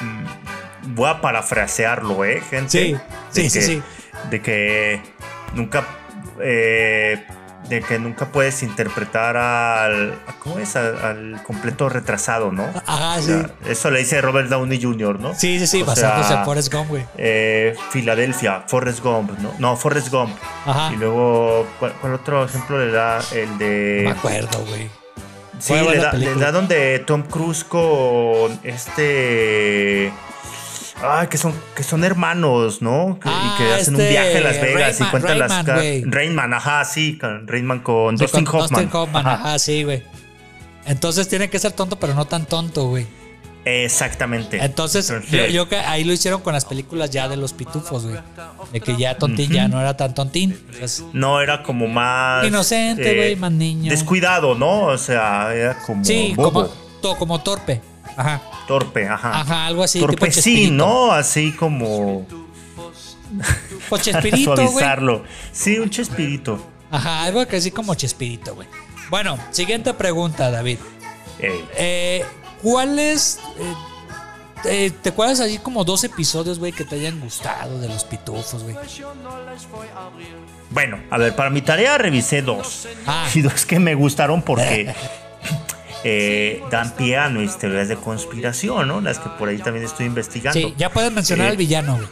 mm, voy a parafrasearlo, ¿eh, gente? Sí, De sí, sí, que- sí. De que nunca. eh, de que nunca puedes interpretar al. ¿Cómo es? Al, al completo retrasado, ¿no? Ajá, O Ah, sí. sea, eso le dice Robert Downey Jr., ¿no? Sí, sí, sí, O basándose sea, en Forrest Gump, güey. eh, Filadelfia, Forrest Gump, ¿no? No, Forrest Gump. Ajá. Y luego, ¿cuál, cuál otro ejemplo le da? El No me de. acuerdo, güey. Sí, Fue le buena da, le película. da donde Tom Cruise con este. Ah, que son, que son hermanos, ¿no? Que- Ah, y que hacen este, un viaje a Las Vegas Rayman- y cuentan Rayman, las. ca- güey. Rayman, ajá, sí, con Rayman con Sí, Dustin con Hoffman. Dustin Hoffman, Ajá, ajá, sí, güey. Entonces tiene que ser tonto, pero no tan tonto, güey. Exactamente. Entonces, yo, yo que ahí lo hicieron con las películas ya de los pitufos, güey. De que ya tontín ya no era tan tontín. Entonces, No era como más. eh, Inocente, güey, más niño. Descuidado, ¿no? O sea, era como. sí, bobo. como, to- como torpe. Ajá. Torpe, ajá. Ajá, algo así, tipo Torpecín, Chespirito. ¿no? Así como Pues para Chespirito, [LAUGHS] güey. suavizarlo. Sí, un chespirito. Ajá, algo que así como Chespirito, güey. Bueno, siguiente pregunta, David. Ey. Eh, ¿Cuáles. eh, eh, ¿Te acuerdas allí como dos episodios, güey, que te hayan gustado de los pitufos, güey? Bueno, a ver, para mi tarea revisé dos. Ah. Y dos que me gustaron [LAUGHS] porque eh, dan pie a mis teorías de conspiración, ¿no? Las que por ahí también estoy investigando. Sí, ya puedes mencionar Eh, al villano, güey.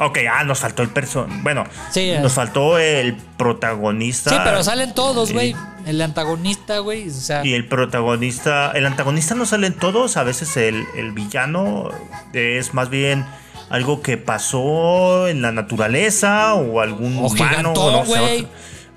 Ok, ah, nos faltó el person. Bueno, Sí, eh. nos faltó el protagonista. Sí, pero salen todos, eh, güey. El antagonista, güey. O sea, Y el protagonista, el antagonista no salen todos, a veces el, el villano es más bien algo que pasó en la naturaleza o algún O humano gigantón, no sé, otro- güey.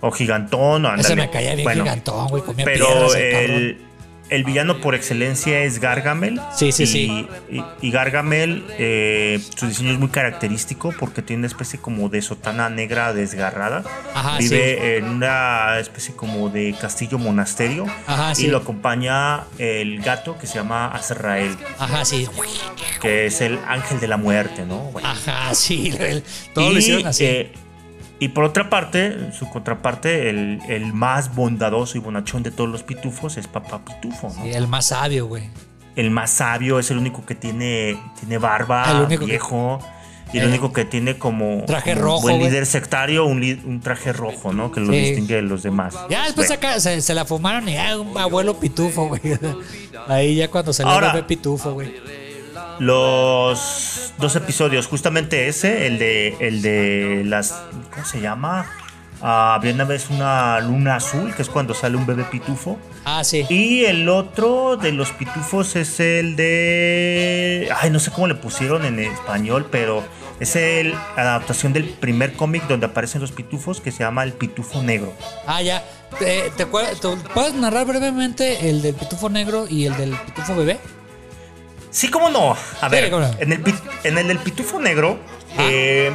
o gigantón, o ese me caía bien bueno, gigantón, güey. Comía Pero piedras, el cabrón. el, el villano por excelencia es Gargamel. Sí, sí, y, sí. Y, y Gargamel, eh, su diseño es muy característico porque tiene una especie como de sotana negra desgarrada. Ajá, Vive en una especie como de castillo monasterio. Ajá, y sí. lo acompaña el gato que se llama Azrael, Ajá, sí. que es el ángel de la muerte, ¿no? Bueno, Ajá, sí. el- Todo Ah, lo y, hicieron así. eh, y por otra parte, su contraparte, el, el más bondadoso y bonachón de todos los pitufos es Papá Pitufo, ¿no? Sí, el más sabio, güey. El más sabio es el único que tiene, tiene barba, Ah, El único que- viejo. y el Eh, único que tiene como traje como un rojo, buen güey. líder sectario, un, li- un traje rojo, ¿no? Que lo Sí. distingue de los demás. Pues, Ya después Bueno, acá se, se la fumaron y ah, un abuelo pitufo, güey. [LAUGHS] Ahí ya cuando salió Ahora. el bebé pitufo, güey. los dos episodios, justamente ese, el de, el de las, ¿cómo se llama? Ah, había una vez una luna azul, que es cuando sale un bebé pitufo. Ah, sí. Y el otro de los pitufos es el de. Ay, no sé cómo le pusieron en español, pero es el adaptación del primer cómic donde aparecen los pitufos que se llama El Pitufo Negro. Ah, ya. Eh, ¿Te, acuer- te- puedes narrar brevemente el del pitufo negro y el del pitufo bebé? Sí, cómo no. A ver, cómo no. en el, pit- en el del Pitufo Negro, eh,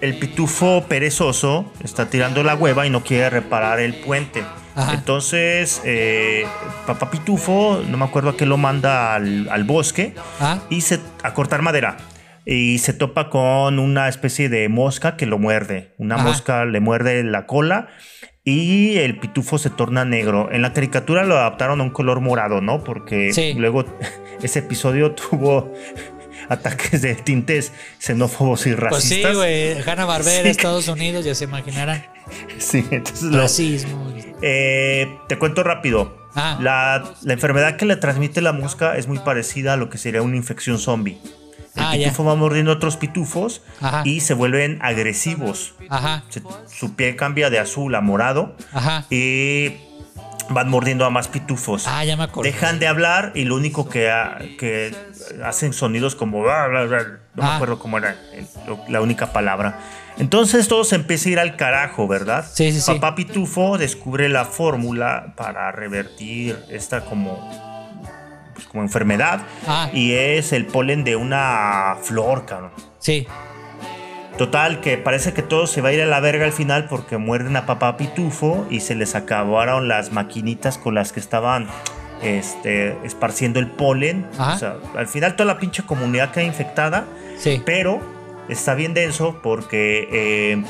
el pitufo perezoso está tirando la hueva y no quiere reparar el puente. Ajá. Entonces, eh, papá pitufo, no me acuerdo a qué lo manda al, al bosque. Ah. y se, a cortar madera. Y se topa con una especie de mosca que lo muerde. Una Ajá. mosca le muerde la cola y el pitufo se torna negro. En la caricatura lo adaptaron a un color morado, ¿no? Porque Sí. luego [LAUGHS] ese episodio tuvo [LAUGHS] ataques de tintes xenófobos y Pues sí, racistas. güey. Hanna Barbera, Sí. Estados Unidos, ya se imaginarán. Sí, entonces lo- Racismo. güey. Eh, te cuento rápido. Ah. La, la enfermedad que le transmite la mosca es muy parecida a lo que sería una infección zombie. El Ah, ya. pitufo va mordiendo otros pitufos Ajá. y se vuelven agresivos. Ajá, Se- su piel cambia de azul a morado ajá. y van mordiendo a más pitufos. Ah, ya me acordé. Dejan de hablar y lo único que, ha- que hacen sonidos como... "Bla, bla, bla". No Ah. me acuerdo cómo era el- lo- la única palabra. Entonces todo se empieza a ir al carajo, ¿verdad? Sí, sí, sí. Papá Pitufo descubre la fórmula para revertir esta como... pues, como enfermedad. Ah. Y es el polen de una flor, cabrón. Sí. Total, que parece que todo se va a ir a la verga al final porque muerden a papá Pitufo y se les acabaron las maquinitas con las que estaban este, esparciendo el polen. Ajá. O sea, al final toda la pinche comunidad queda infectada, Sí. pero está bien denso porque eh,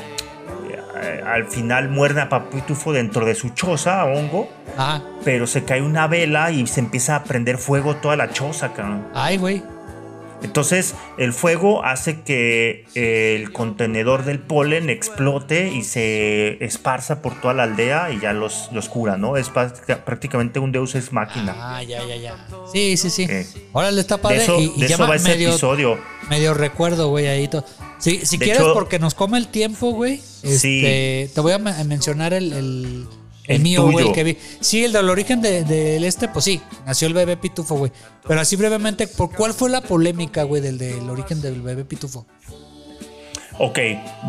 eh, al final muerde a Papitufo dentro de su choza, a hongo, Ah, pero se cae una vela y se empieza a prender fuego toda la choza, cabrón. ay, güey. Entonces, el fuego hace que eh, el contenedor del polen explote y se esparza por toda la aldea y ya los, los cura, ¿no? Es práctica- prácticamente un deus ex máquina. Ah, ya, ya, ya. Sí, sí, sí. Eh. Órale, está De padre. eso, y y de ya eso me- va ese medio, episodio. medio recuerdo, güey, ahí todo. Si, si De quieres, hecho- porque nos come el tiempo, güey. Sí. este, Te voy a men- a mencionar el, el, el El mío, güey, tuyo. el que vi. Sí, el del origen de- del este, pues sí, nació el bebé pitufo, güey. Pero así brevemente, ¿por cuál fue la polémica, güey, del, del origen del bebé pitufo? Ok,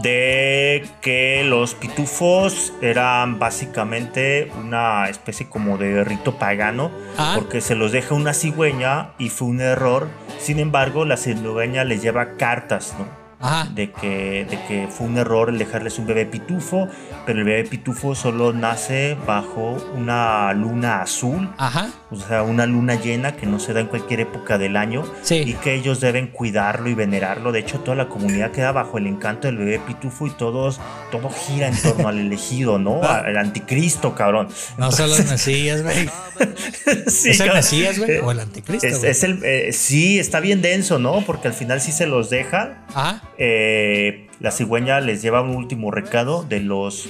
de que los pitufos eran básicamente una especie como de rito pagano, Ah. porque se los deja una cigüeña y fue un error. Sin embargo, la cigüeña les lleva cartas, ¿no? Ajá. de que, de que fue un error el dejarles un bebé pitufo, pero el bebé pitufo solo nace bajo una luna azul, Ajá. o sea, una luna llena que no se da en cualquier época del año Sí. y que ellos deben cuidarlo y venerarlo. De hecho, toda la comunidad queda bajo el encanto del bebé pitufo y todos, todo gira en torno al elegido, ¿no? Ah. Al anticristo, [LAUGHS] cabrón. No son los mesías, güey. [LAUGHS] Sí, ¿Es el cabrón. Mesías, güey? Eh, ¿O el anticristo, es- güey? es el- eh, sí, está bien denso, ¿no? Porque al final sí se los deja. Ajá. Eh, la cigüeña les lleva un último recado de los,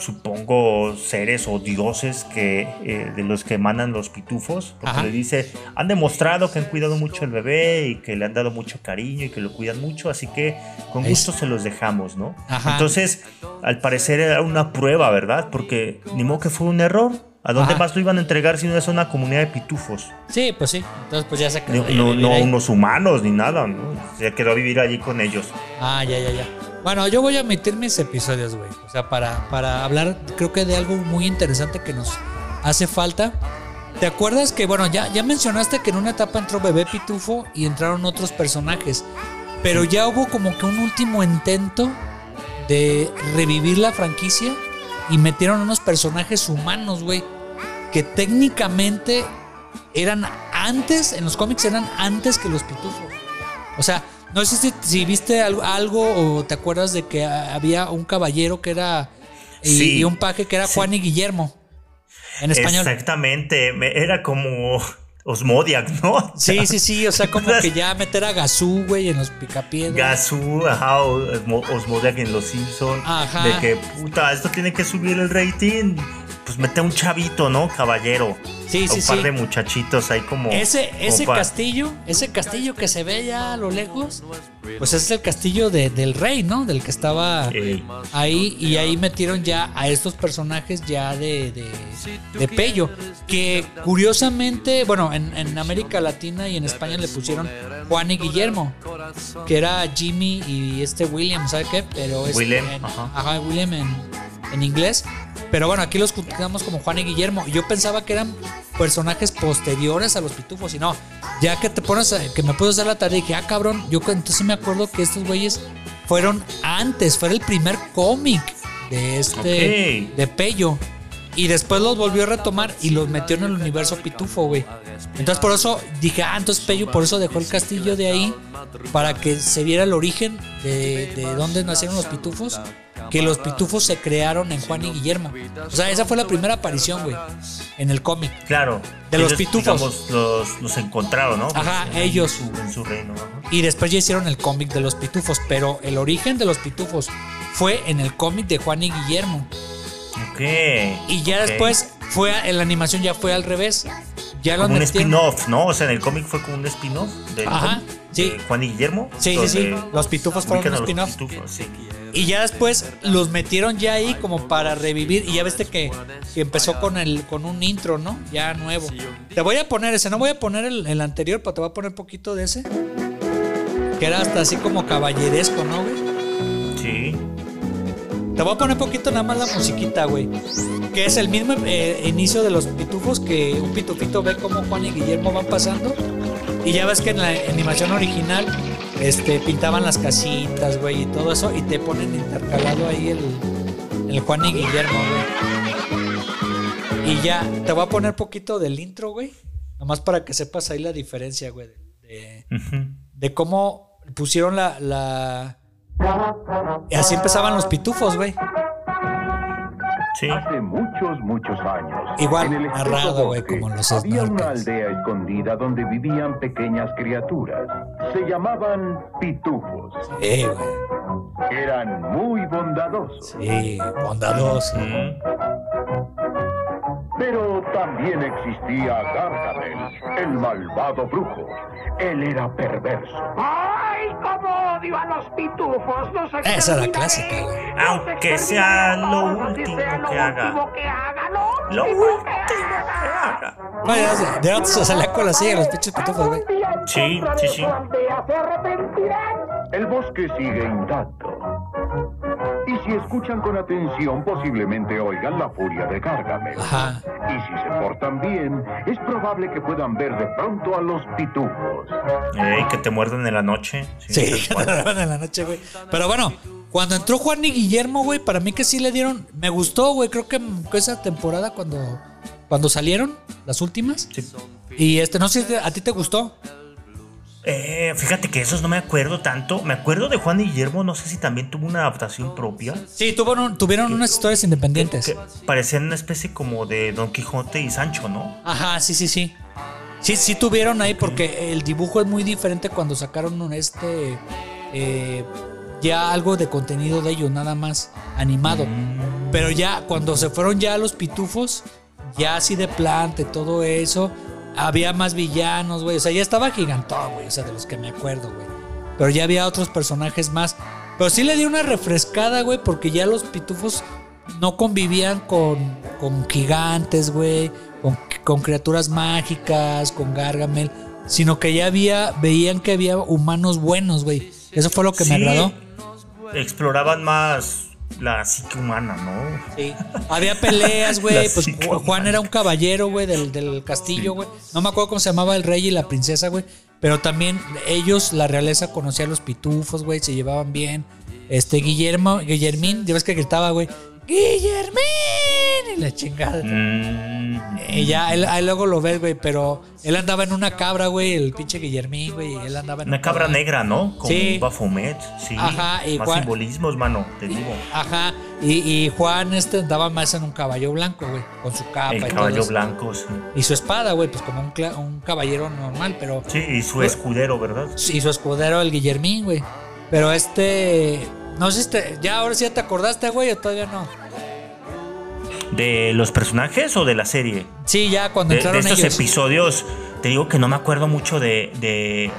supongo, seres o dioses que, eh, de los que emanan los pitufos. Porque Ajá. le dice, han demostrado que han cuidado mucho al bebé y que le han dado mucho cariño y que lo cuidan mucho, así que con Ahí gusto se los dejamos, ¿no? Ajá. Entonces, al parecer era una prueba, ¿verdad? Porque ni modo que fue un error. ¿A dónde Ajá. más lo iban a entregar si no es a una comunidad de pitufos? Sí, pues sí. Entonces, pues ya se quedó. No, ahí a no, vivir no ahí. unos humanos ni nada, ¿no? Se quedó a vivir allí con ellos. Ah, ya, ya, ya. Bueno, yo voy a omitir mis episodios, güey. O sea, para, para hablar, creo que de algo muy interesante que nos hace falta. ¿Te acuerdas que, bueno, ya, ya mencionaste que en una etapa entró Bebé Pitufo y entraron otros personajes? Pero ya hubo como que un último intento de revivir la franquicia y metieron unos personajes humanos, güey, que técnicamente eran antes, en los cómics eran antes que los pitufos. O sea, no sé si, si viste algo, algo o te acuerdas de que ah, había un caballero que era. Y, Sí, y un paje que era sí. Juan y Guillermo. En español. Exactamente, me- era como Osmodiac, ¿no? [LAUGHS] Sí, sí, sí. O sea, como que ya meter a Gazú, güey, en los picapiedras. Gazú, ajá, Osmo- Osmodiac en Los Simpsons. Ajá. De que, puta, esto tiene que subir el rating. Pues mete a un chavito, ¿no? Caballero. Sí, A sí, un par sí. de muchachitos ahí como. Ese, como ese pa- castillo, ese castillo que se ve ya a lo lejos, pues es el castillo de- del rey, ¿no? Del que estaba eh, ahí y ahí metieron ya a estos personajes ya de, de, de Pello. Que curiosamente, bueno, en, en América Latina y en España le pusieron Juan y Guillermo, que era Jimmy y este William, ¿sabe qué? Pero este, William, en- ajá. ajá, William en, en inglés. Pero bueno, aquí los juntamos como Juan y Guillermo. Yo pensaba que eran personajes posteriores a los pitufos y no. Ya que te pones, a- que me puse a hacer la tarea y dije, ah, cabrón, yo cu- entonces me acuerdo que estos güeyes fueron antes, fue el primer cómic de este, Ok. de Pello. Y después los volvió a retomar y los metió en el universo pitufo, güey. Entonces por eso dije, ah, entonces Pello por eso dejó el castillo de ahí para que se viera el origen de, de dónde nacieron los pitufos, que los pitufos se crearon en Juan y Guillermo. O sea, esa fue la primera aparición, güey, en el cómic. Claro. De los pitufos. digamos, los, los encontraron, ¿no? Ajá, Pues, ellos. En su, en su reino. ajá. Y después ya hicieron el cómic de los pitufos, pero el origen de los pitufos fue en el cómic de Juan y Guillermo. Ok. Y ya ok. después fue, a- en la animación ya fue al revés. Ya lo Como un metieron- spin-off, ¿no? O sea, en el cómic fue como un spin-off del Ajá, cómic sí. de Juan y Guillermo. Sí, sí, sí. donde Los pitufos fueron ubican un a los spin-off. pitufos, sí. Y ya después los metieron ya ahí como para revivir. Y ya viste que, que empezó con el con un intro, ¿no? Ya nuevo. Te voy a poner ese, no voy a poner el, el anterior, pero te voy a poner poquito de ese. Que era hasta así como caballeresco, ¿no, güey? Sí. Te voy a poner poquito nada más la musiquita, güey. Que es el mismo eh, inicio de los pitufos que un pitufito ve como Juan y Guillermo van pasando. Y ya ves que en la animación original este, pintaban las casitas, güey, y todo eso. Y te ponen intercalado ahí el, el Juan y Guillermo, güey. Y ya, te voy a poner poquito del intro, güey. Nomás para que sepas ahí la diferencia, güey. De, de- Ujú. de cómo pusieron la, la. Y así empezaban los pitufos, güey. Sí. Hace muchos, muchos años. Igual, en el espeso narrado, güey, bosque, como los Había Snorkels. una aldea escondida donde vivían pequeñas criaturas. Se llamaban pitufos. Sí, güey. Eran muy bondadosos, Sí, bondadoso. Mm. pero también existía Gargamel, el malvado brujo. Él era perverso. ¡Ay, cómo odio a los pitufos! ¡Los Esa era exterminaré! clásica, güey. ¡Los Aunque sea exterminaré lo a todos, así último sea lo que haga. último que haga, Lo último que haga. haga. Bueno, ya se- de antes se salía con la silla los pinches pitufos, güey. Algún día Sí, encontraré sí, sí. su aldea, se arrepentirán. El bosque sigue intacto. Y si escuchan con atención, posiblemente oigan la furia de Gargamel. Ajá. Y si se portan bien, es probable que puedan ver de pronto a los pitufos. Ey, que te muerden en la noche. Sí, [LAUGHS] tal cual. en la noche, güey. Pero bueno, cuando entró Juan y Guillermo, güey, para mí que sí le dieron. Me gustó, güey. Creo que que esa temporada cuando, cuando salieron, las últimas. Sí. Y este, no sé si te- a ti te gustó. Eh, fíjate que esos no me acuerdo tanto. Me acuerdo de Juan y Guillermo, no sé si también tuvo una adaptación propia. Sí, tuvieron, tuvieron unas historias independientes. Que parecían una especie como de Don Quijote y Sancho, ¿no? Ajá, sí, sí, sí. Sí, sí tuvieron ahí porque el dibujo es muy diferente cuando sacaron un este eh, ya algo de contenido de ellos nada más animado. Pero ya cuando se fueron ya los pitufos, ya así de plante todo eso, había más villanos, güey. O sea, ya estaba gigantón, güey. O sea, de los que me acuerdo, güey. Pero ya había otros personajes más. Pero sí le dio una refrescada, güey, porque ya los pitufos no convivían con, con gigantes, güey, con, con criaturas mágicas, con Gargamel, sino que ya había, veían que había humanos buenos, güey. Eso fue lo que me Sí, agradó. Exploraban más la psique humana, ¿no? Sí. Había peleas, güey. La Pues Ju- psicomanía. Juan era un caballero, güey, del, del castillo, güey. No me acuerdo cómo se llamaba el rey y la princesa, güey. Pero también ellos, la realeza, conocía a los pitufos, güey. Se llevaban bien. Este, Guillermo, Guillermín, ya ves que gritaba, güey. ¡Guillermín! Y la chingada. Mm. Y ya, él, ahí luego lo ves, güey. Pero él andaba en una cabra, güey. El pinche Guillermín, güey. Él andaba en Una cabra negra, ¿no? Como Sí. Baphomet, sí. Ajá, y Más Juan- simbolismos, mano, te digo. Ajá. Y, y Juan este andaba más en un caballo blanco, güey. Con su capa y El todo caballo eso. blanco, sí. Y su espada, güey, pues como un, cla- un caballero normal, pero. Sí, y su Pues escudero, ¿verdad? Y su escudero, el Guillermín, güey. Pero este. No sé si te- Ya ahora sí ya te acordaste, güey, o todavía no. ¿De los personajes o de la serie? Sí, ya cuando De, de entraron estos ellos. episodios, te digo que no me acuerdo mucho de, de-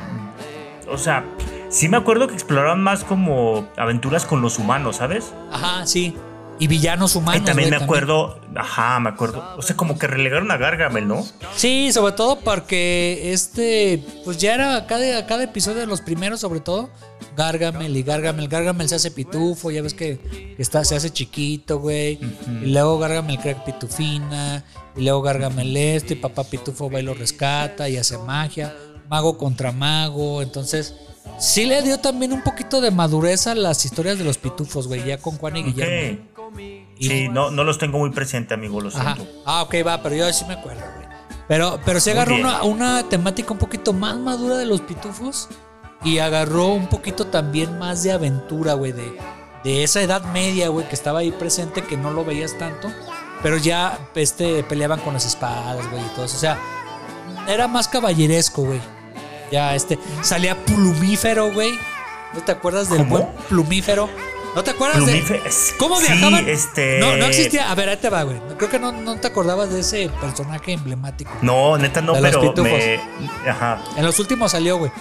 O sea, sí me acuerdo que exploraban más como aventuras con los humanos, ¿sabes? Ajá, sí. Y villanos Ahí humanos. también güey, me acuerdo. Ajá, me acuerdo. O sea, como que relegaron a Gargamel, ¿no? Sí, sobre todo porque este, pues ya era cada, cada episodio de los primeros, sobre todo, Gargamel y Gargamel. Gargamel se hace pitufo, ya ves que, que está, se hace chiquito, güey. Y luego Gargamel crea pitufina. Y luego Gargamel este, y papá pitufo va y lo rescata y hace magia. Mago contra mago. Entonces, sí le dio también un poquito de madurez a las historias de los pitufos, güey, ya con Juan y Ok. Guillermo. Y- Sí, no, no los tengo muy presente, amigo, lo Ajá. siento. Ah, ok, va, pero yo sí me acuerdo, güey. Pero, pero se Muy agarró bien. una, una temática un poquito más madura de los pitufos y agarró un poquito también más de aventura, güey, de, de esa edad media, güey, que estaba ahí presente, que no lo veías tanto, pero ya este, peleaban con las espadas, güey, y todo eso. O sea, era más caballeresco, güey. Ya, este, salía plumífero, güey. ¿No te acuerdas del ¿Cómo? buen plumífero? ¿No te acuerdas Plumífero, de es- cómo sí, viajaban? este- No, no existía. A ver, ahí te va, güey. Creo que no, no te acordabas de ese personaje emblemático. No, neta no, De los pero pitufos. me. Ajá. En los últimos salió, güey.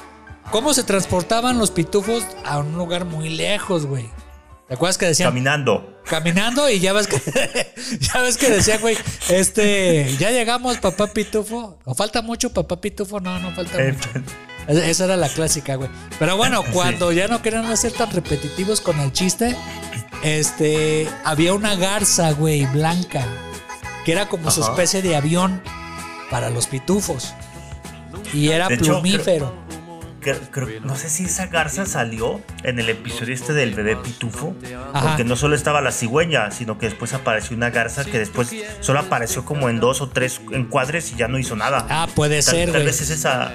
¿Cómo se transportaban los pitufos a un lugar muy lejos, güey? ¿Te acuerdas que decían? Caminando. caminando y ya ves que [LAUGHS] ya ves que decía, güey, este, ya llegamos, papá pitufo. ¿O falta mucho, papá pitufo? No, no [LAUGHS] falta Eh, mucho. Esa esa era la clásica, güey. [LAUGHS] Pero bueno, cuando ya no querían ser tan repetitivos con el chiste, este, había una garza, güey, blanca, que era como su Ajá. especie de avión para los pitufos. Y era De hecho, plumífero. cre- creo- no sé si esa garza salió en el episodio este del bebé pitufo, Ajá. porque no solo estaba la cigüeña, sino que después apareció una garza que después solo apareció como en dos o tres encuadres y ya no hizo nada. Ah, puede Tal- ser, Tal güey. vez es esa.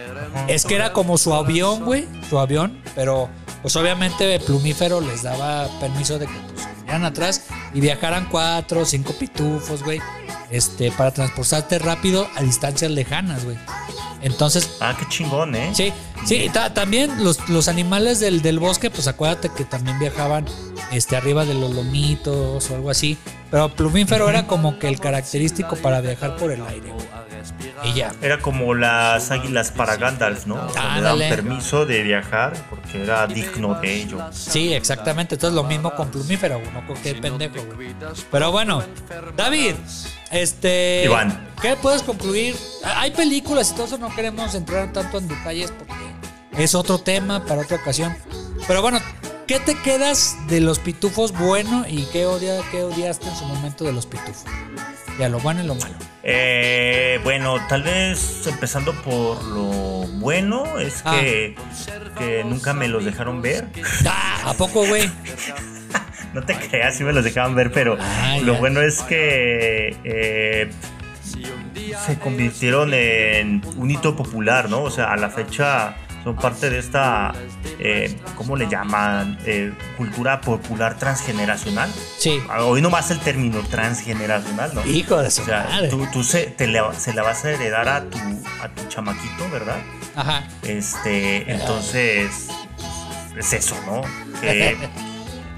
Es que era como su avión, güey, su avión, pero pues obviamente Plumífero les daba permiso de que pues viajaran atrás y viajaran cuatro, cinco pitufos, güey, este, para transportarte rápido a distancias lejanas, güey. Entonces, Ah, qué chingón, ¿eh? Sí, sí, y ta- también los, los animales del, del bosque, pues acuérdate que también viajaban este, arriba de los lomitos o algo así. Pero Plumífero era como que el característico para viajar por el aire. güey. Y ya. Era como las águilas para Gandalf, ¿no? O sea, le daban Ándale. permiso de viajar porque era digno de ello. Sí, exactamente. Entonces lo mismo con Plumífero, güey, no con qué pendejo, güey. Pero bueno, David, este. Iván. ¿Qué puedes concluir? Ah, Hay películas y todo eso, no queremos entrar tanto en detalles porque es otro tema para otra ocasión. Pero bueno, ¿qué te quedas de los pitufos bueno y qué, odia, qué odiaste en su momento de los pitufos? Ya lo bueno y lo malo. Eh, bueno, tal vez empezando por lo bueno, es Ah. que, que nunca me los dejaron ver. Ah, ¿A poco, güey? No te creas, sí me los dejaban ver, pero Ah, lo ya. bueno es que eh, se convirtieron en un hito popular, ¿no? O sea, a la fecha son parte de esta, eh, ¿cómo le llaman? Eh, cultura popular transgeneracional. Ah, Sí. Hoy nomás el término transgeneracional, ¿no? Hijo de su O sea, madre. tú, tú se, te la, se la vas a heredar a tu, a tu chamaquito, ¿verdad? Ajá. Este, entonces, es eso, ¿no? [LAUGHS] Que,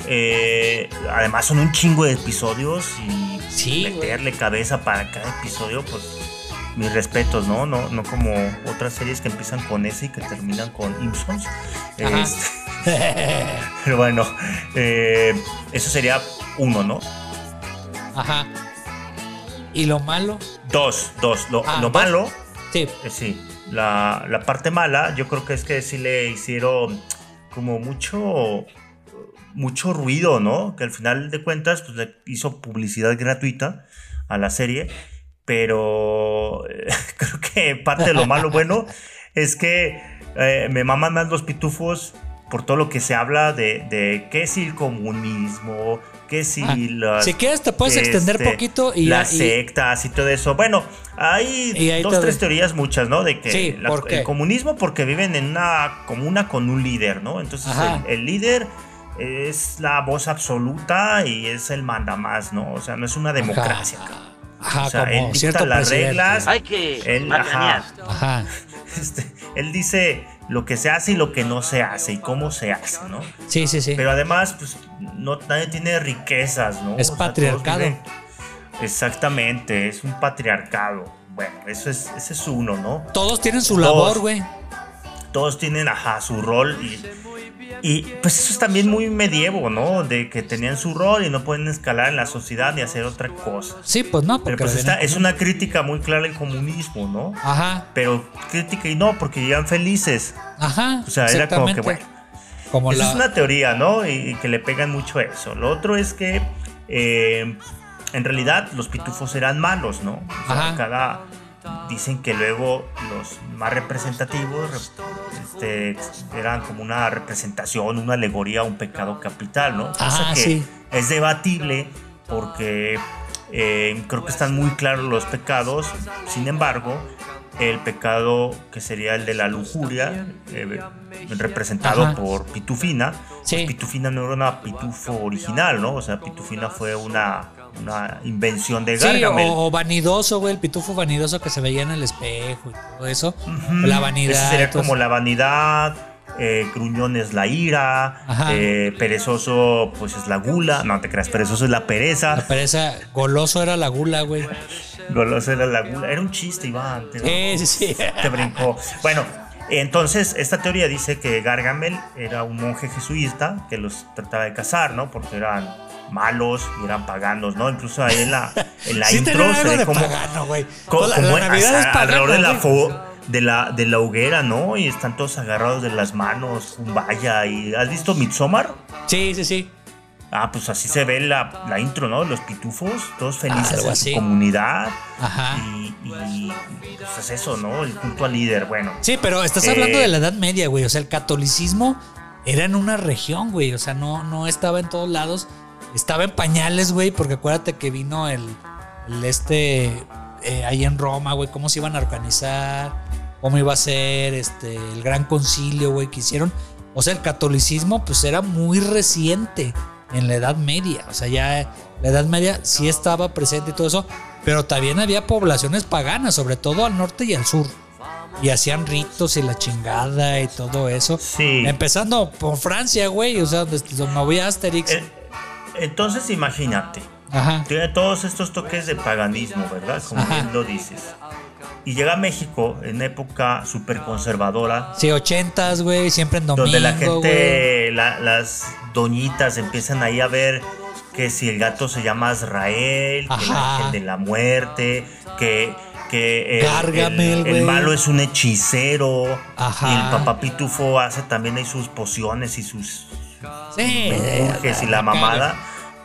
eh, además son un chingo de episodios y Sí, güey. meterle cabeza para cada episodio, pues mis respetos, ¿no? No, no como otras series que empiezan con S y que terminan con Simpsons. Ajá. Este, [LAUGHS] pero bueno, eh, eso sería uno, ¿no? Ajá. ¿Y lo malo? Dos, dos. Lo, Ah, lo dos. malo, Sí. eh, sí, la, la parte mala, yo creo que es que sí le hicieron como mucho, mucho ruido, ¿no? Que al final de cuentas pues, le hizo publicidad gratuita a la serie, pero eh, [LAUGHS] creo que parte de lo malo bueno es que eh, me maman más los pitufos por todo lo que se habla de, de qué si el comunismo, qué si Ah, las- si quieres te puedes extender poquito y ya- Este, las y- sectas y todo eso. Bueno, hay Y ahí dos, todo- tres teorías muchas, ¿no? De que Sí, la- ¿por qué? el comunismo porque viven en una comuna con un líder, ¿no? Entonces Ajá. el, el líder es la voz absoluta y es el mandamás, ¿no? O sea, no es una democracia. [LAUGHS] Ajá. cabrón. Ajá, O sea, él como dicta cierto las presidente. reglas. Hay que Él, macanear. ajá. Ajá. Este, él dice lo que se hace y lo que no se hace y cómo se hace, ¿no? Sí, sí, sí. Pero además, pues, no, nadie tiene riquezas, ¿no? Es todos patriarcado. viven- Exactamente, es un patriarcado. Bueno, eso es, ese es uno, ¿no? Todos tienen su Todos. labor, güey. Todos tienen, ajá, su rol y... Y pues eso es también muy medievo, ¿no? De que tenían su rol y no pueden escalar en la sociedad ni hacer otra cosa. Sí, pues no, porque Pero pues lo esta tienen- es una crítica muy clara al comunismo, ¿no? Ajá, Pero crítica y no, porque llegan felices. ajá. O sea, era como que, exactamente. bueno, Como Esa la- es una teoría, ¿no? Y, y que le pegan mucho eso. Lo otro es que eh, en realidad los pitufos eran malos, ¿no? O sea, Ajá. cada dicen que luego los más representativos re- este, eran como una representación, una alegoría, un pecado capital, ¿no? Cosa Ah, que sí. es debatible porque eh, creo que están muy claros los pecados. Sin embargo, el pecado que sería el de la lujuria, eh, representado Ajá. por Pitufina, Sí. pues Pitufina no era una pitufo original, ¿no? O sea, Pitufina fue una, una invención de Sí, Gargamel. o, o vanidoso, güey, el pitufo vanidoso que se veía en el espejo y todo eso. Ujú. La vanidad. Esa sería entonces- como la vanidad. eh, gruñón es la ira. Ajá. eh, perezoso, pues es la gula. No te creas, perezoso es la pereza. La pereza, goloso era la gula, güey. Goloso era la gula. Era un chiste, Iván. te- Sí, sí, sí. te brincó. Bueno, entonces esta teoría dice que Gargamel era un monje jesuita que los trataba de cazar, ¿no? Porque eran malos y eran paganos, ¿no? Incluso ahí en la, en la [LAUGHS] sí intro tenía se algo ve de como, pagano, güey. co- Toda la- como la, Navidad a- es pagana, alrededor de la, güey. fo- de la de la hoguera, ¿no? Y están todos agarrados de las manos, un vaya y ¿has visto Midsommar? Sí, sí, sí. Ah, pues así se ve la, la intro, ¿no? Los pitufos, todos felices Algo en así. su comunidad. Ajá. Y, y, pues es eso, ¿no? El culto al líder, bueno. Sí, pero estás Eh. hablando de la Edad Media, güey. O sea, el catolicismo era en una región, güey. O sea, no, no estaba en todos lados. Estaba en pañales, güey, porque acuérdate que vino el, el este eh, ahí en Roma, güey. Cómo se iban a organizar, cómo iba a ser este, el gran concilio, güey, que hicieron. O sea, el catolicismo, pues era muy reciente en la Edad Media. O sea, ya la Edad Media sí estaba presente y todo eso, pero también había poblaciones paganas, sobre todo al norte y al sur y hacían ritos y la chingada y todo eso. Sí. Em, Empezando por Francia, güey, o sea, desde donde me voy a Asterix. Eh, Entonces imagínate, Ajá. tiene todos estos toques de paganismo, ¿verdad? Como Ajá. bien lo dices. Y llega a México en época súper conservadora, Sí, ochentas, güey, siempre en domingo, donde la güey. gente, la- las doñitas empiezan ahí a ver que si el gato se llama Azrael, que el Ajá. ángel de la muerte, que, que el- Gargamel, el, el güey. malo es un hechicero, Ajá. y el papá pitufo hace también ahí sus pociones y sus Sí, menjurjes y la mamada.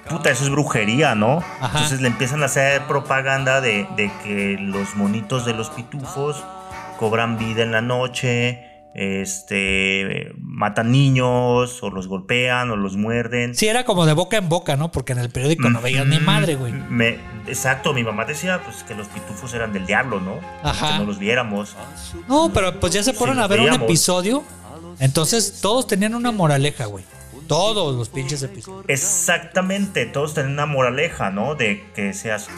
Puta, eso es brujería, ¿no? Ajá. Entonces le empiezan a hacer propaganda de, de que los monitos de los pitufos cobran vida en la noche, este, matan niños, o los golpean, o los muerden. Sí, era como de boca en boca, ¿no? Porque en el periódico no veías ni Mm, madre, güey. me- exacto, mi mamá decía pues, que los pitufos eran del diablo, ¿no? Ajá. Ah. Que no los viéramos. No, pero pues ya se ponen Sí, a ver un veíamos. episodio. Entonces todos tenían una moraleja, güey. Todos los pinches episodios. Exactamente, todos tienen una moraleja, ¿no? De que seas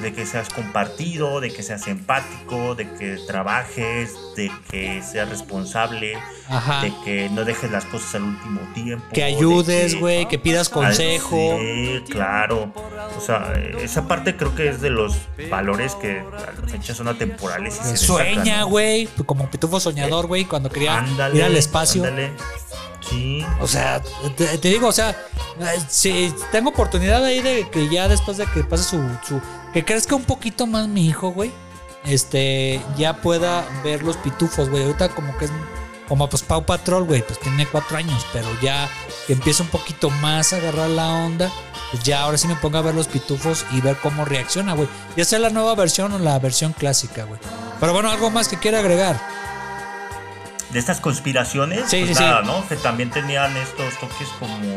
de que seas compartido, de que seas empático, de que trabajes, de que seas responsable, Ajá. de que no dejes las cosas al último tiempo, Que de ayudes, güey, que pidas consejo. Sí, claro. O sea, eh, esa parte creo que es de los valores que a la fecha son atemporales y se destacan, Sueña, ¿no? güey. Como pitufo soñador, güey, cuando quería Ándale, ir al espacio. ándale. Sí. O sea, te, te digo, o sea, eh, si tengo oportunidad ahí de que ya después de que pase su, su- que crezca un poquito más mi hijo, güey, este, ya pueda ver los pitufos, güey. Ahorita como que es, como pues Pau Patrol, güey, pues tiene cuatro años, pero ya que empiece un poquito más a agarrar la onda, pues ya ahora sí me ponga a ver los pitufos y ver cómo reacciona, güey. Ya sea la nueva versión o la versión clásica, güey. Pero bueno, algo más que quiera agregar. de estas conspiraciones, Sí, pues sí, nada, sí. ¿no? Que también tenían estos toques como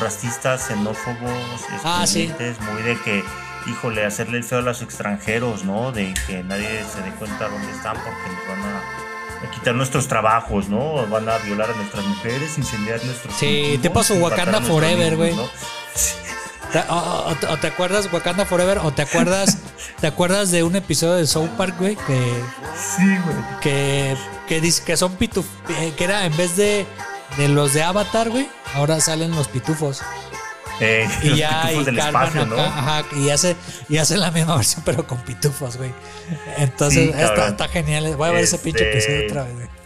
racistas, xenófobos, Ah, sí. excluyentes, muy de que, híjole, hacerle el feo a los extranjeros, ¿no? De que nadie se dé cuenta dónde están porque nos van a, a quitar nuestros trabajos, ¿no? Van a violar a nuestras mujeres, incendiar nuestros. Sí, cultivos, tipo su matar Wakanda a nuestros Forever, güey. ¿no? Ta- O, Ah, o- o te acuerdas Wakanda Forever o [LAUGHS] te acuerdas te acuerdas de un episodio de South Park, güey, que Sí, güey. que que dice que son pitufos, que era en vez de de los de Avatar, güey, ahora salen los pitufos Eh, [LAUGHS] y los ya pitufos y del calman espacio, ¿no? acá, ajá, y hace y hace la misma [LAUGHS] versión pero con pitufos, güey. Entonces Sí, está- cabrón. está genial, voy a ver ese Este- pinche episodio otra vez, güey.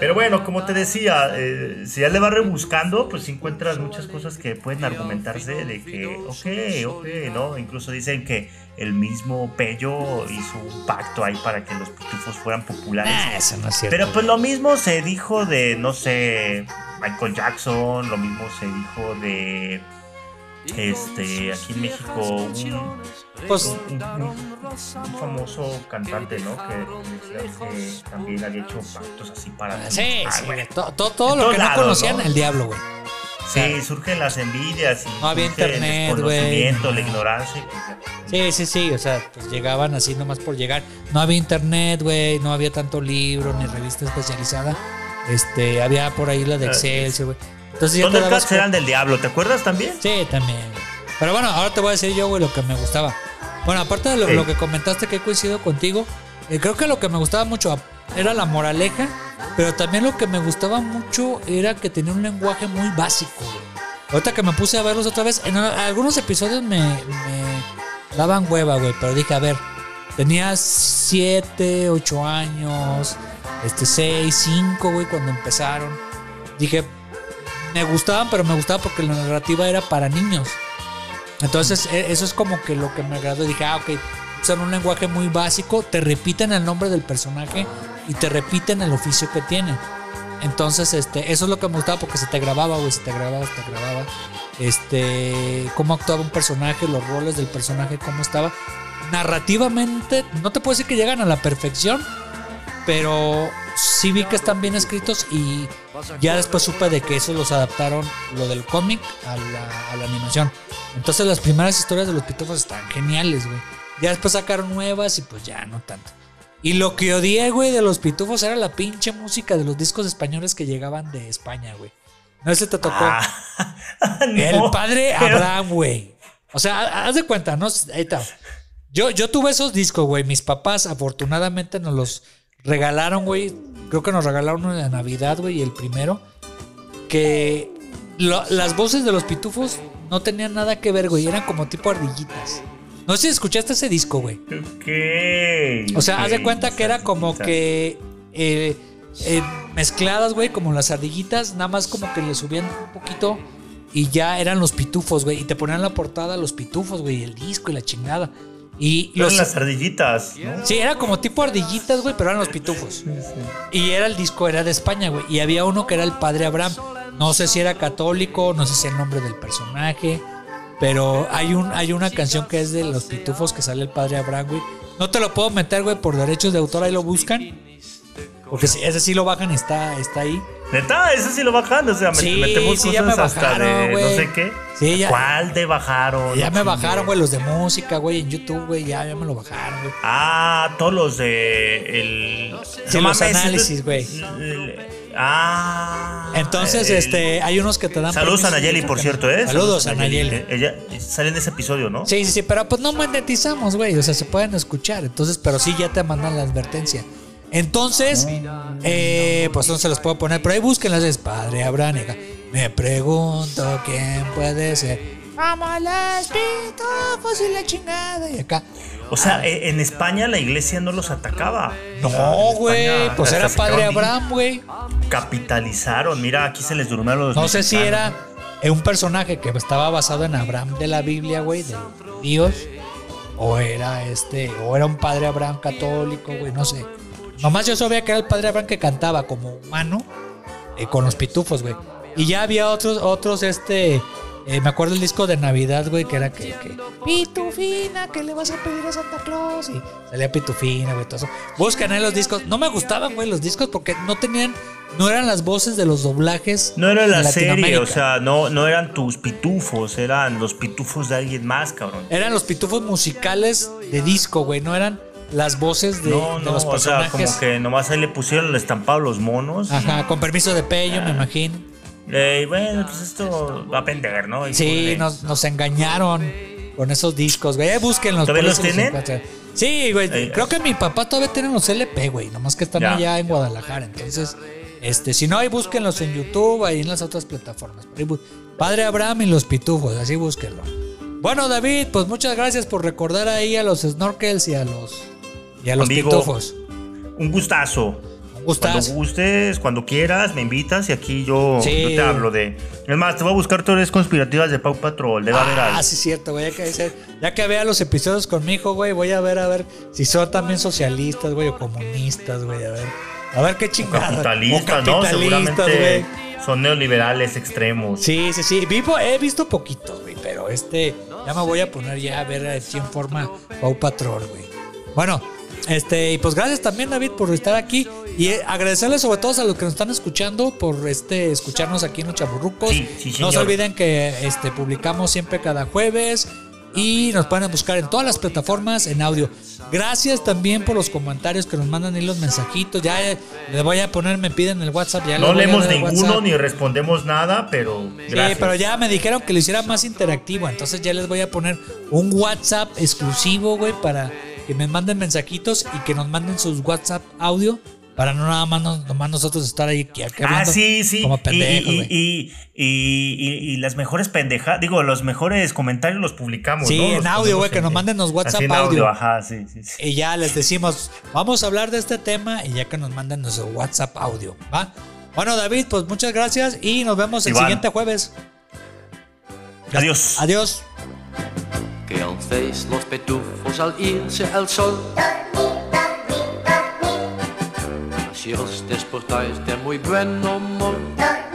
Pero bueno, como te decía, eh, si ya le vas rebuscando, pues sí encuentras muchas cosas que pueden argumentarse de que, ok, ok, ¿no? Incluso dicen que el mismo Pello hizo un pacto ahí para que los pitufos fueran populares. Ah, eso no es cierto. Pero pues lo mismo se dijo de, no sé, Michael Jackson, lo mismo se dijo de, este, aquí en México, un, pues un- un- un famoso cantante, ¿no? Que, decían que también había hecho pactos así para... sí, triunfar, Ah, sí, güey. güey. To- to- todo Ah, En lo todos que no lados, conocían ¿no? el diablo, güey. Sí, surgen las envidias y No había surge el internet, güey. desconocimiento, la ignorancia. y pues ya. Sí, sí, sí, o sea, pues llegaban así nomás por llegar. No había internet, güey, no había tanto libro ni revista especializada. Este, había por ahí la de Excelsior, güey. Entonces ya te dabas Thundercats cu- eran del diablo, ¿te acuerdas también? Sí, también. güey. Pero bueno, ahora te voy a decir yo, güey, lo que me gustaba. Bueno, aparte de lo, Sí. lo que comentaste que coincido contigo, eh, creo que lo que me gustaba mucho a- era la moraleja, pero también lo que me gustaba mucho era que tenía un lenguaje muy básico, güey. Ahorita que me puse a verlos otra vez, en a- algunos episodios me, me daban hueva, güey, pero dije, a ver, tenía 7, 8 años, este 6, 5, güey, cuando empezaron. Dije, me gustaban, pero me gustaba porque la narrativa era para niños. Entonces, e- eso es como que lo que me agradó. Dije, ah, ok, son un lenguaje muy básico, te repiten el nombre del personaje y te repiten el oficio que tiene. Entonces, este, eso es lo que me gustaba porque se te grababa, güey, se te grababa, se te grababa. Este, cómo actuaba un personaje, los roles del personaje, cómo estaba. Narrativamente, no te puedo decir que llegan a la perfección, pero sí vi que están bien escritos y ya después supe de que eso los adaptaron, lo del cómic, a la, a la animación. Entonces, las primeras historias de los pitufos están geniales, güey. Ya después sacaron nuevas y pues ya no tanto. Y lo que odié, güey, de los pitufos era la pinche música de los discos españoles que llegaban de España, güey. No se te tocó. Ah, [LAUGHS] El no, padre [LAUGHS] pero- Abraham, güey. O sea, haz de cuenta, ¿no? Ahí está. Yo, yo tuve esos discos, güey. Mis papás, afortunadamente, nos los regalaron, güey. Creo que nos regalaron uno de Navidad, güey, y el primero. Que lo- las voces de los pitufos no tenían nada que ver, güey. Eran como tipo ardillitas. No sé si escuchaste ese disco, güey. Ok. O sea, ok, haz de cuenta que era como está. que eh, eh, mezcladas, güey, como las ardillitas, nada más como que le subían un poquito y ya eran los pitufos, güey. Y te ponían la portada los pitufos, güey, y el disco y la chingada. Y Eran los. las ardillitas, ¿no? Sí, era como tipo ardillitas, güey, pero eran los pitufos. Y era el disco, era de España, güey. Y había uno que era el padre Abraham. No sé si era católico, no sé si el nombre del personaje. Pero hay, un, hay una canción que es de los pitufos que sale el padre Abraham, güey. No te lo puedo meter, güey, por derechos de autor, ahí lo buscan. Porque si- ese sí lo bajan, está, está ahí. Neta, eso sí lo bajaron. O sea, me- Sí, metemos sí, ya cosas me hasta de bajaron, no güey. sé qué. Sí, ya- ¿Cuál de bajaron? Ya me Chingue. bajaron, güey, los de música, güey, en YouTube, güey, ya, ya me lo bajaron, güey. Ah, todos los de el Sí, los análisis, el- güey. el- Ah. Entonces, el- este, hay unos que te dan. Saludos a permiso. Nayeli, por cierto, ¿eh? Saludos a Nayeli. Eh, Ella sale en ese episodio, ¿no? Sí, sí, sí, pero pues no monetizamos, güey. O sea, se pueden escuchar. Entonces, pero sí ya te mandan la advertencia. Entonces, eh, pues no se los puedo poner. Pero ahí búsquenlas. Es padre Abraham. hija. Me pregunto quién puede ser. Vamos las pitufos pues, y la chingada. Y acá. O sea, eh, en España la iglesia no los atacaba. O sea, en Ah. No, España güey. Pues hasta era sacaron padre dinero. Abraham, güey. Capitalizaron. Mira, aquí se les durmieron los. No sé si mexicanos. era eh, un personaje que estaba basado en Abraham de la Biblia, güey, de Dios, o era este, o era un padre Abraham católico, güey, no sé. Nomás yo sabía que era el padre Abraham que cantaba como humano eh, con los pitufos, güey. Y ya había otros, otros, este, eh, me acuerdo el disco de Navidad, güey, que era que, que, Pitufina, que le vas a pedir a Santa Claus? Y salía Pitufina, güey, todo eso. Buscan ahí los discos. No me gustaban, güey, los discos porque no tenían, no eran las voces de los doblajes. No era de la serie, Latinoamérica. o sea, no, no eran tus pitufos, eran los pitufos de alguien más, cabrón. Eran los pitufos musicales de disco, güey, no eran las voces de, no, de no, los o sea, personajes. como que nomás ahí le pusieron el estampado a los monos. Ajá, con permiso de Pello, me imagino. Eh, y bueno, pues esto va a pender, ¿no? Y pues, eh, Sí, ponle- nos, nos engañaron con esos discos, güey. Eh, Búsquenlos. ¿Todavía por los ahí se tienen? encuentran. Sí, güey. Ahí, creo que mi papá todavía tiene los LP, güey. Nomás que están Ya. allá en Guadalajara. Entonces, este, si no, ahí búsquenlos en YouTube, ahí en las otras plataformas. Por ahí bú- Padre Abraham y los pitujos, así búsquenlo. Bueno, David, pues muchas gracias por recordar ahí a los snorkels y a los, y a los Amigo. pitujos. Un gustazo. Cuando Gustas. gustes, cuando quieras, me invitas y aquí yo, Sí. yo te hablo de. Es más, te voy a buscar teorías conspirativas de Pau Patrol. Debe haber Ah, algo. sí, cierto, güey. Ya que, dice- ya que vea los episodios con mi hijo, güey, voy a ver a ver si son también socialistas, güey, o comunistas, güey, a ver. A ver qué chingada. Capitalistas, O ¿no? capitalistas, Seguramente güey. son neoliberales extremos. Sí, sí, sí. Vivo, he visto poquito, güey, pero este. Ya me voy a poner ya a ver a quién forma Pau Patrol, güey. Bueno, este, y pues gracias también, David, por estar aquí. Y eh, agradecerles sobre todo a los que nos están escuchando por este escucharnos aquí en los chaburrucos. Sí, sí, no se señor. olviden que este, publicamos siempre cada jueves. Y nos pueden buscar en todas las plataformas en audio. Gracias también por los comentarios que nos mandan y los mensajitos. Ya eh, les voy a poner, me piden el WhatsApp. Ya les No voy a leemos dar el ninguno WhatsApp. ni respondemos nada, pero gracias. Sí, pero ya me dijeron que lo hiciera más interactivo, entonces ya les voy a poner un WhatsApp exclusivo, güey, para que me manden mensajitos y que nos manden sus WhatsApp audio para no nada más, nos- nomás nosotros estar ahí que- que Ah, hablando sí, sí. como Y- pendejos, y, güey. y, y- y- y las mejores pendejadas, digo, los mejores comentarios los publicamos. Sí, ¿no? en Los audio, güey, ponemos que en- nos manden los WhatsApp así en audio. Ajá, sí, sí, sí. y ya les decimos, vamos a hablar de este tema y ya que nos manden nuestro WhatsApp audio, ¿va? Bueno, David, pues muchas gracias y nos vemos el Iván. siguiente jueves. Adiós. Adiós. Que alcéis los petufos al irse al sol. Si os despertáis de muy buen humor, Dos,